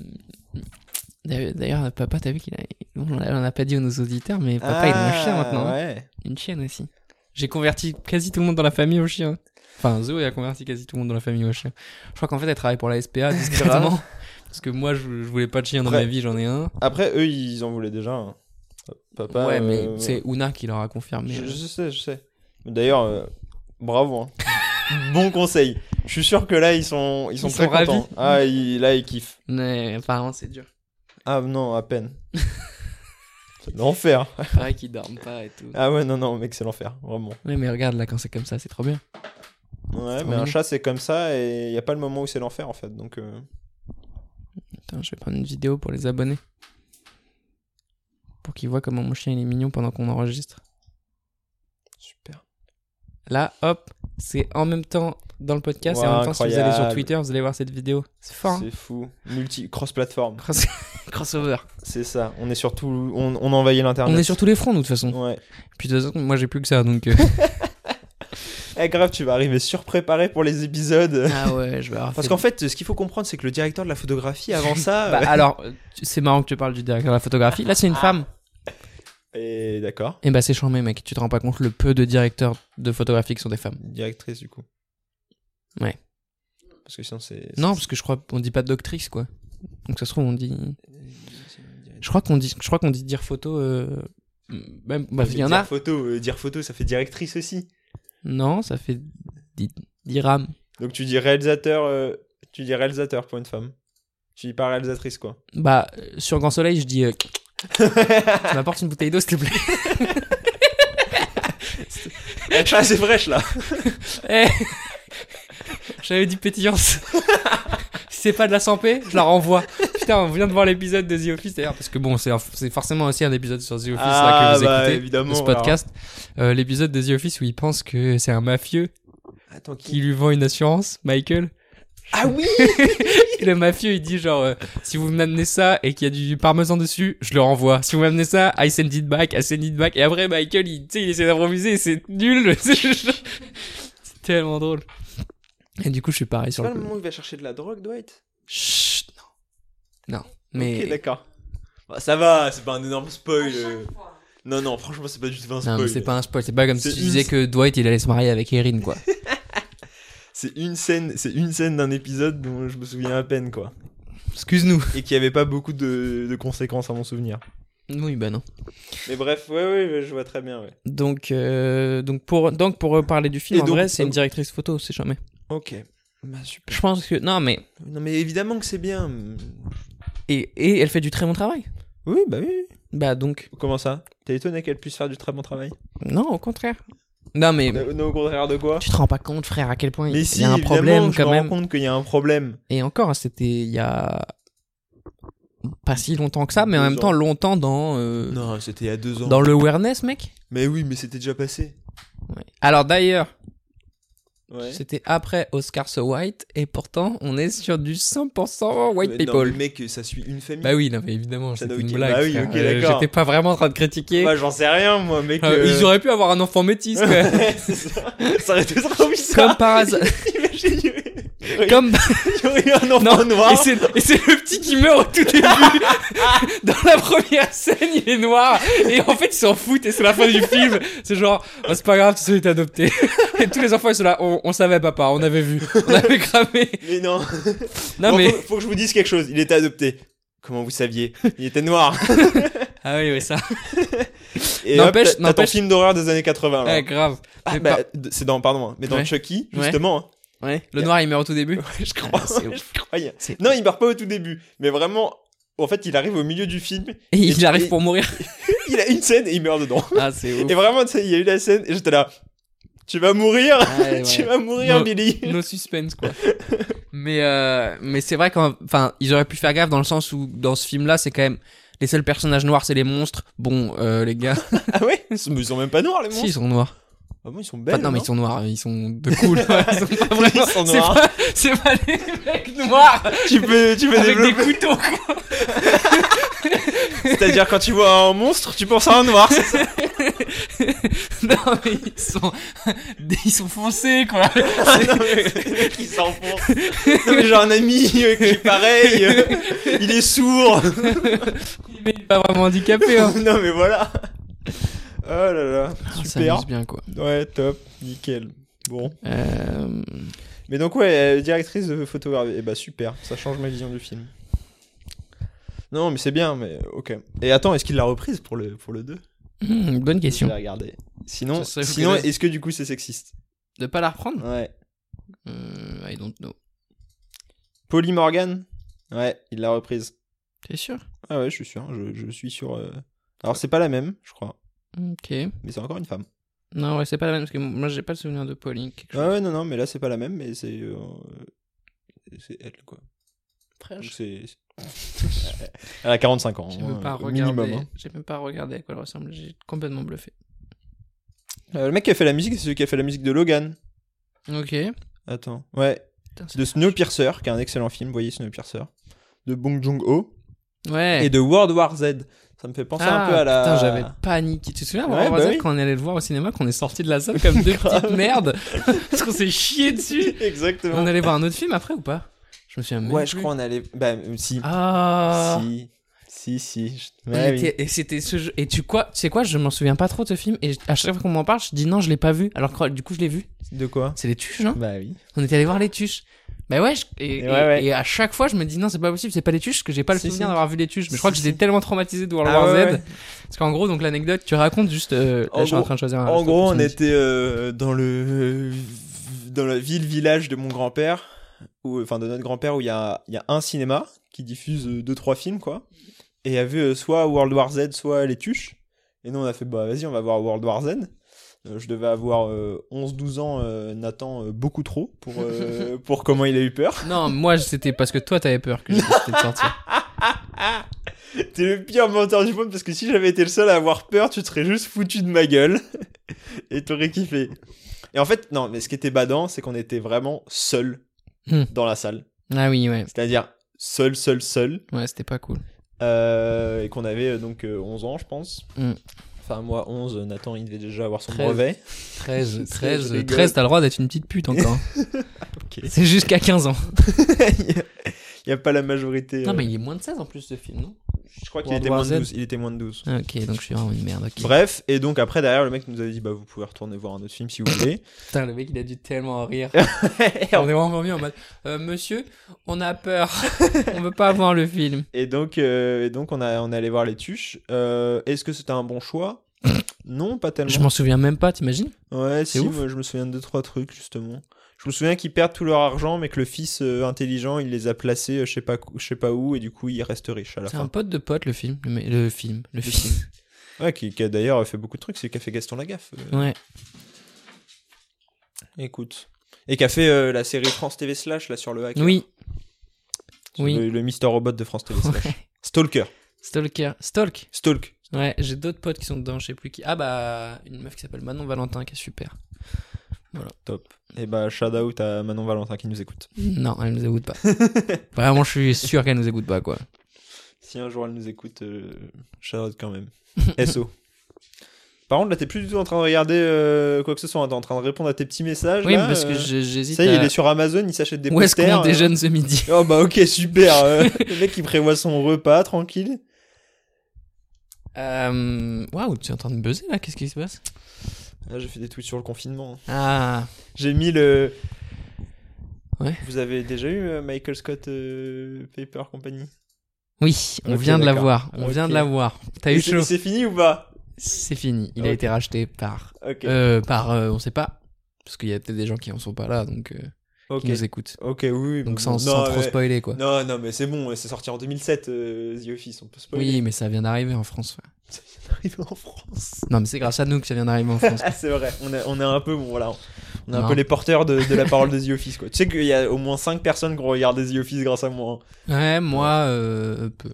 F: D'ailleurs, d'ailleurs, papa, t'as vu qu'il a. bon, on l'a- on n'a pas dit à nos auditeurs, mais papa, il a un chien maintenant. hein.
E: Ah, Ouais.
F: Une chienne aussi. J'ai converti quasi tout le monde dans la famille au chien. Enfin, Zoé a converti quasi tout le monde dans la famille au chien. Je crois qu'en fait, elle travaille pour la SPA discrètement. parce que moi, je, je voulais pas de chien dans
E: Après-
F: ma vie, j'en ai un.
E: Après, eux, ils en voulaient déjà. hein. Papa.
F: ouais, mais
E: euh,
F: c'est Una qui leur a confirmé.
E: Je,
F: euh.
E: je sais, je sais. Mais D'ailleurs, euh, bravo. hein. bon conseil. Je suis sûr que là, ils sont, ils sont
F: Ils
E: très
F: sont ravis.
E: contents. Ah, ils- là, ils kiffent.
F: Mais apparemment, c'est dur.
E: Ah non, à peine. c'est l'enfer.
F: Pareil qu'ils dorment pas et tout.
E: Ah ouais, non, non, mec, c'est l'enfer. Vraiment.
F: Ouais, mais regarde là, quand c'est comme ça, c'est trop bien.
E: Ouais,
F: trop
E: mais un
F: mignon.
E: chat, c'est comme ça et il n'y a pas le moment où c'est l'enfer, en fait. Donc, euh,
F: Attends, je vais prendre une vidéo pour les abonnés. Pour qu'ils voient comment mon chien il est mignon pendant qu'on enregistre.
E: super.
F: Là, hop, c'est en même temps dans le podcast et en
E: Ouah,
F: même temps si vous allez sur
E: incroyable.
F: Twitter, vous allez voir cette vidéo. C'est fort. hein.
E: C'est fou. Multi, cross-plateforme.
F: Cross- Crossover.
E: C'est ça. On est surtout, on, on a envahi l'internet.
F: On est sur tous les fronts, nous, de toute façon.
E: Ouais.
F: Puis de toute façon, moi j'ai plus que ça, donc. euh,
E: Eh grave, tu vas arriver surpréparé pour les épisodes.
F: ah ouais, je vais avoir
E: Parce
F: fait-
E: qu'en fait, ce qu'il faut comprendre, c'est que le directeur de la photographie, avant ça...
F: Bah,
E: euh,
F: alors, euh, tu- c'est marrant que tu parles du directeur de la photographie. Là, c'est une femme.
E: Et d'accord.
F: Et bah, c'est chambé, mec. Tu te rends pas compte le peu de directeurs de photographie qui sont des femmes.
E: Directrice, du coup.
F: Ouais.
E: Parce que sinon, c'est...
F: Non, parce que je crois qu'on dit pas doctrice, quoi. Donc ça se trouve, on dit.
E: c'est-
F: Je crois qu'on dit, je crois qu'on dit dire photo. euh, Même, bah, il y en
E: dire
F: a.
E: Photo, euh, dire photo, ça fait directrice aussi.
F: Non, ça fait di- diram.
E: Donc tu dis réalisateur... euh, Tu dis réalisateur pour une femme. Tu dis pas réalisatrice, quoi.
F: Bah, euh, sur Grand Soleil, je dis. euh, tu m'apportes une bouteille d'eau, s'il te plaît.
E: Elle est assez fraîche là.
F: Eh J'avais dit pétillance. si c'est pas de la santé, je la renvoie. Putain, on vient de voir l'épisode de The Office d'ailleurs, parce que bon, c'est un- c'est forcément aussi un épisode sur The Office là, que vous
E: bah,
F: écoutez.
E: évidemment,
F: de ce podcast, Euh, l'épisode de The Office où il pense que c'est un mafieux
E: alors. Attends,
F: qui
E: qui...
F: lui vend une assurance, Michael.
E: Ah oui
F: Et le mafieux, il dit genre, euh, si vous m'amenez ça et qu'il y a du parmesan dessus, je le renvoie. Si vous m'amenez ça, I send it back, I send it back. Et après, Michael, il, tu sais, il essaie d'improviser et c'est nul. c'est tellement drôle. Et du coup, je suis pareil
E: C'est
F: sur
E: pas
F: le...
E: le moment où il va chercher de la drogue, Dwight
F: Chut, non. Non, mais...
E: Ok, d'accord. Bah, ça va, c'est pas un énorme spoil. euh. Non, non, franchement, c'est pas du tout un
F: non,
E: spoil.
F: mais c'est pas un spoil, c'est pas comme si
E: C'est
F: tu
E: une-
F: disais que Dwight il allait se marier avec Erin quoi.
E: C'est une scène, c'est une scène d'un épisode dont je me souviens à peine, quoi.
F: Excuse-nous.
E: Et qui avait pas beaucoup de, de conséquences à mon souvenir.
F: Oui, bah non.
E: Mais bref, ouais, ouais, je vois très bien, ouais.
F: Donc, euh, donc, pour, donc pour parler du film,
E: Et
F: en
E: donc- euh,
F: vrai, c'est une directrice photo, c'est jamais.
E: Ok. Bah, super.
F: Je pense que. Non, mais.
E: Non, mais évidemment que c'est bien.
F: Et, et elle fait du très bon travail.
E: Oui, bah oui.
F: Bah, donc.
E: Comment ça T'es étonné qu'elle puisse faire du très bon travail
F: Non, au contraire. Non, mais.
E: Euh, Non, au contraire de quoi
F: Tu te rends pas compte, frère, à quel point il
E: Mais
F: il
E: si,
F: y a un
E: évidemment,
F: problème
E: je
F: quand
E: me
F: même.
E: rends compte qu'il y a un problème.
F: Et encore, hein, c'était il y a. Pas si longtemps que ça, mais en
E: Deux
F: même
E: ans.
F: temps, longtemps dans. euh,
E: Non, c'était il y a deux ans.
F: dans le awareness, mec.
E: Mais oui, mais c'était déjà passé.
F: Ouais. Alors d'ailleurs,
E: Ouais.
F: c'était après Oscar So White, et pourtant, on est sur du 100% White
E: Mais non,
F: People.
E: mais mec, ça suit une famille.
F: Bah oui, non, mais évidemment,
E: Ça
F: c'était
E: doit-
F: une
E: ok,
F: blague.
E: bah oui,
F: frère.
E: ok,
F: Euh,
E: d'accord.
F: J'étais pas vraiment en train de critiquer.
E: Bah, j'en sais rien, moi, mec. euh,
F: Euh, Ils auraient pu avoir un enfant métis, quoi.
E: Ouais, c'est ça. Ça aurait été trop
F: Comme
E: bizarre.
F: par hasard.
E: Imaginez, il y aurait-
F: Comme...
E: il y aurait un enfant
F: Non,
E: noir.
F: et c'est et c'est le petit qui meurt au tout début. Dans la première scène, il est noir. Et en fait, ils s'en foutent et c'est la fin du film. C'est genre, oh, c'est pas grave, tu été adopté. Et tous les enfants, ils sont là, on, on savait, papa, on avait vu, on avait cramé.
E: Mais non.
F: Non,
E: Bon,
F: mais.
E: faut, faut que je vous dise quelque chose. Il était adopté. Comment vous saviez Il était noir.
F: Ah oui, oui, ça.
E: Et
F: N'empêche-
E: hop, t'as- t'as ton
F: n'empêche-
E: film d'horreur des années 80. là.
F: Ouais, grave.
E: Ah,
F: mais
E: bah, d- c'est dans, pardon, hein, mais dans
F: Ouais.
E: Chucky,
F: Ouais.
E: justement.
F: Ouais. Le noir, il meurt au tout début.
E: hein. Je crois.
F: Ah, c'est ouf.
E: je crois, il y a-
F: C'est-
E: Non, il meurt pas au tout début, mais vraiment. En fait, il arrive au milieu du film,
F: Et il
E: Et-
F: arrive
E: et-
F: pour mourir.
E: il a une scène et il meurt dedans.
F: Ah, c'est ouf.
E: Et vraiment, tu sais, il y a eu la scène et j'étais là. Tu vas mourir
F: Ah, Ouais,
E: Tu
F: ouais.
E: vas mourir,
F: Non.
E: Billy
F: no suspense quoi. mais euh, mais c'est vrai qu'en enfin ils auraient pu faire gaffe dans le sens où dans ce film là c'est quand même les seuls personnages noirs c'est les monstres. Bon euh, les gars,
E: Ah ouais Ils sont- mais ils sont même pas noirs, les
F: si
E: monstres
F: ils sont noirs.
E: Ah bon, ils sont
F: Enfin,
E: belles
F: non mais ils sont noirs, hein, ils sont de cool. ouais, ils sont pas
E: Ils
F: vraiment.
E: sont
F: c'est
E: noirs.
F: pas- C'est pas, les mecs noirs
E: Tu peux, tu peux
F: avec des
E: développer.
F: couteaux. quoi.
E: C'est-à-dire, quand tu vois un monstre, tu penses à un noir. c'est ça
F: non mais ils sont ils sont foncés quoi.
E: Ah, non, mais le mec, il s'enfonce. Non, mais j'ai un ami euh, qui est pareil. euh, il est sourd.
F: Mais il est pas vraiment handicapé. Hein.
E: non, mais voilà. Oh là là.
F: Ah, Ça
E: Super.
F: amuse bien quoi.
E: Ouais, top. Nickel. Bon.
F: Euh,
E: Mais donc, ouais, euh, directrice de photographie. Eh bah, super. Ça change ma vision du film. Non, mais c'est bien, mais ok. Et attends, est-ce qu'il l'a reprise pour le, pour le 2
F: hmm,
E: Je
F: bonne
E: vais
F: question.
E: regarder. Sinon,
F: Ça serait
E: sinon
F: fougueuse.
E: est-ce que du coup c'est sexiste
F: De pas la reprendre
E: Ouais.
F: euh, I don't know.
E: Polly Morgan Ouais, il l'a reprise.
F: T'es sûr
E: Ah ouais, je suis sûr. Je, je suis sur. euh, Alors, c'est pas la même, je crois.
F: Ok.
E: Mais c'est encore une femme.
F: Non, ouais, c'est pas la même, parce que moi j'ai pas le souvenir de Pauline. quelque chose.
E: Ah ouais, non, non, mais là, c'est pas la même, mais c'est. euh, C'est elle, quoi. Donc, c'est. Elle a 45 ans.
F: J'ai
E: hein,
F: même pas
E: au
F: regardé.
E: minimum, hein.
F: J'ai même pas regardé à quoi elle ressemble. J'ai complètement bluffé.
E: Euh, le mec qui a fait la musique, c'est celui qui a fait la musique de Logan.
F: Ok.
E: Attends. Ouais.
F: Putain,
E: De Snowpiercer, qui est un excellent film, vous voyez Snowpiercer. De Bong Joon-ho.
F: Ouais.
E: Et de World War Z. Ça me fait penser
F: Eh. Ah,
E: un peu à la.
F: Putain, j'avais paniqué. Tu te souviens,
E: Ouais,
F: World War
E: bah
F: Z,
E: oui.
F: quand on est allé le voir au cinéma, qu'on est sorti de la salle comme deux petites merdes Parce qu'on s'est chié dessus.
E: Exactement.
F: On allait voir un autre film après ou pas Je me souviens même
E: Ouais, je
F: plus.
E: crois on allait. Bah, euh, si.
F: Ah.
E: Si. Si, si. je-
F: On
E: Ouais, oui.
F: était- Et c'était ce jeu. Et tu quoi Tu sais quoi Je m'en souviens pas trop de ce film. Et à chaque fois qu'on m'en parle, je dis non, je l'ai pas vu. Alors que du coup, je l'ai vu.
E: De quoi
F: C'est les tuches, non
E: Bah oui.
F: On était allé voir les tuches. Bah ouais, je- et,
E: Et
F: et-
E: ouais, ouais.
F: et à chaque fois, je me dis non, c'est pas possible, c'est pas les tuches, parce que j'ai pas le
E: Si,
F: souvenir
E: si.
F: d'avoir vu les tuches. Mais je crois
E: Si,
F: que j'étais
E: si.
F: tellement traumatisé de World
E: Ah
F: War
E: ouais,
F: Z.
E: ouais.
F: Parce qu'en gros, donc l'anecdote, tu racontes juste. euh, là,
E: En
F: je suis en
E: gros-
F: train de choisir un
E: En
F: resto
E: gros,
F: pour
E: on
F: samedi.
E: était euh, dans le dans la ville village de mon grand-père, ou enfin de notre grand-père, où il y a, il y a un cinéma qui diffuse euh, deux trois films quoi. Et il y avait euh, soit World War Z, soit Les Tuches. Et nous on a fait bah vas-y on va voir World War Z. Euh, je devais avoir euh, 11-12 ans, euh, Nathan, euh, beaucoup trop pour, euh, pour comment il a eu peur.
F: Non, moi c'était parce que toi t'avais peur que j'ai décidé de sortir.
E: T'es le pire menteur du monde parce que si j'avais été le seul à avoir peur, tu te serais juste foutu de ma gueule et t'aurais kiffé. Et en fait, non, mais ce qui était badant, c'est qu'on était vraiment seuls
F: Hmm.
E: dans la salle.
F: Ah oui, ouais,
E: C'est-à-dire seul, seul, seul.
F: ouais, c'était pas cool.
E: Euh, et qu'on avait euh, donc euh, 11 ans, je pense.
F: Hmm.
E: Enfin, moi, 11, euh, Nathan, il devait déjà avoir son
F: Treize.
E: brevet.
F: 13,
E: Je- je
F: 13,
E: rigole.
F: 13 t'as le droit d'être une petite pute encore. hein.
E: Ok.
F: C'est jusqu'à 15 ans.
E: il n'y a pas la majorité.
F: Non,
E: euh,
F: mais il est moins de 16 en plus ce film, non
E: je crois qu'il
F: World
E: était, moins
F: War
E: de
F: Z.
E: 12, il était moins de 12.
F: Ah, Ok, donc je suis vraiment une merde. ok.
E: Bref, et donc après, derrière, le mec nous avait dit Bah, vous pouvez retourner voir un autre film si vous voulez.
F: Putain, le mec il a dû tellement rire. on est vraiment mis en mode euh, Monsieur, on a peur. on veut pas voir le film.
E: Et donc, euh, et donc on, a, on est allé voir les tuches. Euh, Est-ce que c'était un bon choix Non, pas tellement.
F: Je m'en souviens même pas, t'imagines
E: Ouais, si,
F: ouf.
E: moi, je me souviens de deux, trois trucs, justement. Je me souviens qu'ils perdent tout leur argent, mais que le fils euh, intelligent, il les a placés euh, je sais pas, cou- je sais pas où, et du coup, il reste riche à la
F: C'est un
E: fin.
F: pote de pote le film. Le, mec- le film. Le film.
E: Ouais, qui, qui a d'ailleurs fait beaucoup de trucs, c'est qu'a fait Gaston Lagaffe. euh,
F: Ouais.
E: Écoute. Et qu'a fait euh, la série France TV Slash, là, sur le hack.
F: Oui. oui.
E: Le, le Mister Robot de France TV Slash.
F: Ouais.
E: Stalker.
F: Stalker. Stalk.
E: Stalk.
F: Ouais, j'ai d'autres potes qui sont dedans, je sais plus qui. Ah bah, une meuf qui s'appelle Manon Valentin qui est super.
E: Top. Et bah, shout out à Manon Valentin qui nous écoute.
F: Non, elle nous écoute pas. Vraiment, je suis sûr qu'elle nous écoute pas, quoi.
E: Si un jour elle nous écoute, euh, shout out quand même. SO. Par contre, là, t'es plus du tout en train de regarder euh, quoi que ce soit. T'es en train de répondre à tes petits messages.
F: Oui,
E: là,
F: parce que
E: euh,
F: je- j'hésite.
E: Ça y est, il
F: à-
E: est sur Amazon, il s'achète des
F: Où est-ce
E: posters,
F: qu'on déjeune ce midi
E: euh. Oh bah ok, super. euh, le mec, il prévoit son repas tranquille.
F: Euh, Waouh, tu es en train de buzzer là Qu'est-ce qui se passe
E: Là, j'ai fait des tweets sur le confinement. hein.
F: Ah,
E: J'ai mis le.
F: Ouais.
E: Vous avez déjà eu euh, Michael Scott euh, Paper Company
F: oui, on
E: Ok,
F: vient de
E: d'accord.
F: l'avoir. On vient de
E: Ok.
F: l'avoir. T'as eu
E: Et c'est-
F: chaud.
E: C'est fini ou pas
F: C'est fini. Il a
E: Ok.
F: été racheté par.
E: Ok.
F: Euh, par. euh, on sait pas. Parce qu'il y a peut-être des gens qui en sont pas là, donc. euh,
E: ok.
F: qui nous écoutent.
E: Ok, oui, oui.
F: Donc
E: mais
F: sans,
E: bon.
F: sans
E: Non,
F: trop
E: mais-
F: spoiler, quoi.
E: Non, non, mais c'est bon, c'est sorti en 2007, euh, The Office, on peut spoiler.
F: Oui, mais ça vient d'arriver en France. ouais.
E: arrivé en France.
F: Non, mais c'est grâce à nous que ça vient d'arriver en France.
E: Ah, c'est vrai, on est, on est un peu, bon, voilà, on est un
F: Non.
E: peu les porteurs de, de la parole de The Office, quoi. Tu sais qu'il y a au moins 5 personnes qui ont regardé The Office grâce à moi. hein.
F: ouais, moi, euh, peu.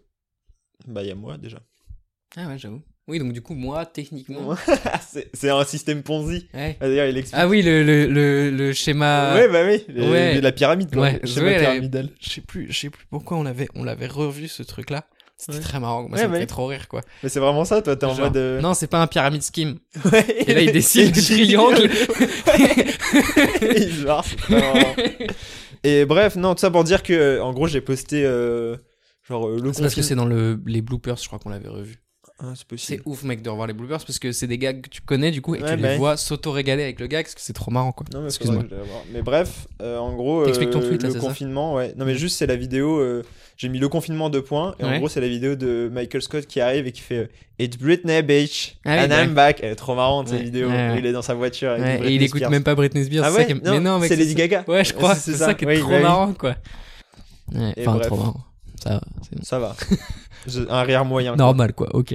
E: Bah, il y a moi déjà.
F: Ah ouais, j'avoue. Oui, donc du coup, moi, techniquement.
E: Moi. Ah, c'est c'est un système Ponzi.
F: Ouais.
E: Ah, D'ailleurs, il explique.
F: Ah oui, le, le, le, le schéma.
E: Ouais, bah oui, les-
F: Ah, ouais.
E: la pyramide, quoi.
F: Ouais,
E: le schéma
F: ouais, elle est-
E: pyramidal.
F: Je sais plus, je sais plus pourquoi on l'avait, on l'avait revu ce truc-là. C'était
E: Ouais.
F: très marrant. Moi,
E: Ouais,
F: ça me
E: ouais.
F: fait trop rire, quoi.
E: Mais c'est vraiment ça, toi, t'es en
F: Genre,
E: mode. euh,
F: Non, c'est pas un pyramide scheme.
E: Ouais.
F: Et là, il dessine du triangle.
E: Et genre, c'est pas marrant. Et bref, non, tout ça pour dire que, euh, en gros, j'ai posté, euh, genre, euh, le
F: c'est parce que
E: confinement.
F: c'est dans le, les bloopers, je crois qu'on l'avait revu.
E: Ah, c'est
F: C'est
E: possible.
F: ouf, mec, de revoir les bloopers parce que c'est des gags que tu connais du coup et
E: Ouais,
F: tu
E: bah.
F: les vois s'auto-régaler avec le gag parce que c'est trop marrant, quoi.
E: Non, mais, faudrait
F: Excuse-moi.
E: que je l'aille voir. mais bref, euh, en gros, euh,
F: T'expliques ton tweet, là,
E: le
F: c'est ça
E: confinement, ouais. Non, mais juste, c'est la vidéo. euh, j'ai mis le confinement deux points. Et en
F: Ouais.
E: gros, c'est la vidéo de Michael Scott qui arrive et qui fait euh, It's Britney, bitch.
F: Ah oui,
E: and
F: bah
E: I'm back. Elle est trop marrante, cette
F: Ouais,
E: vidéo.
F: ouais, ouais.
E: Il est dans sa voiture. avec
F: Ouais,
E: Britney
F: et il écoute
E: Spears.
F: même pas Britney Spears.
E: Ah
F: c'est ça
E: ouais,
F: qui est-
E: non,
F: mais non, mec,
E: c'est Lady Gaga.
F: Ouais, je crois.
E: C'est-
F: C'est
E: c'est
F: ça,
E: ça.
F: qui est
E: Oui,
F: trop
E: bah oui.
F: marrant, quoi. Ouais,
E: Et
F: Enfin,
E: bref.
F: trop marrant. Ça, va, c'est
E: Ça va. Je- Un rire moyen.
F: normal, quoi. Ok.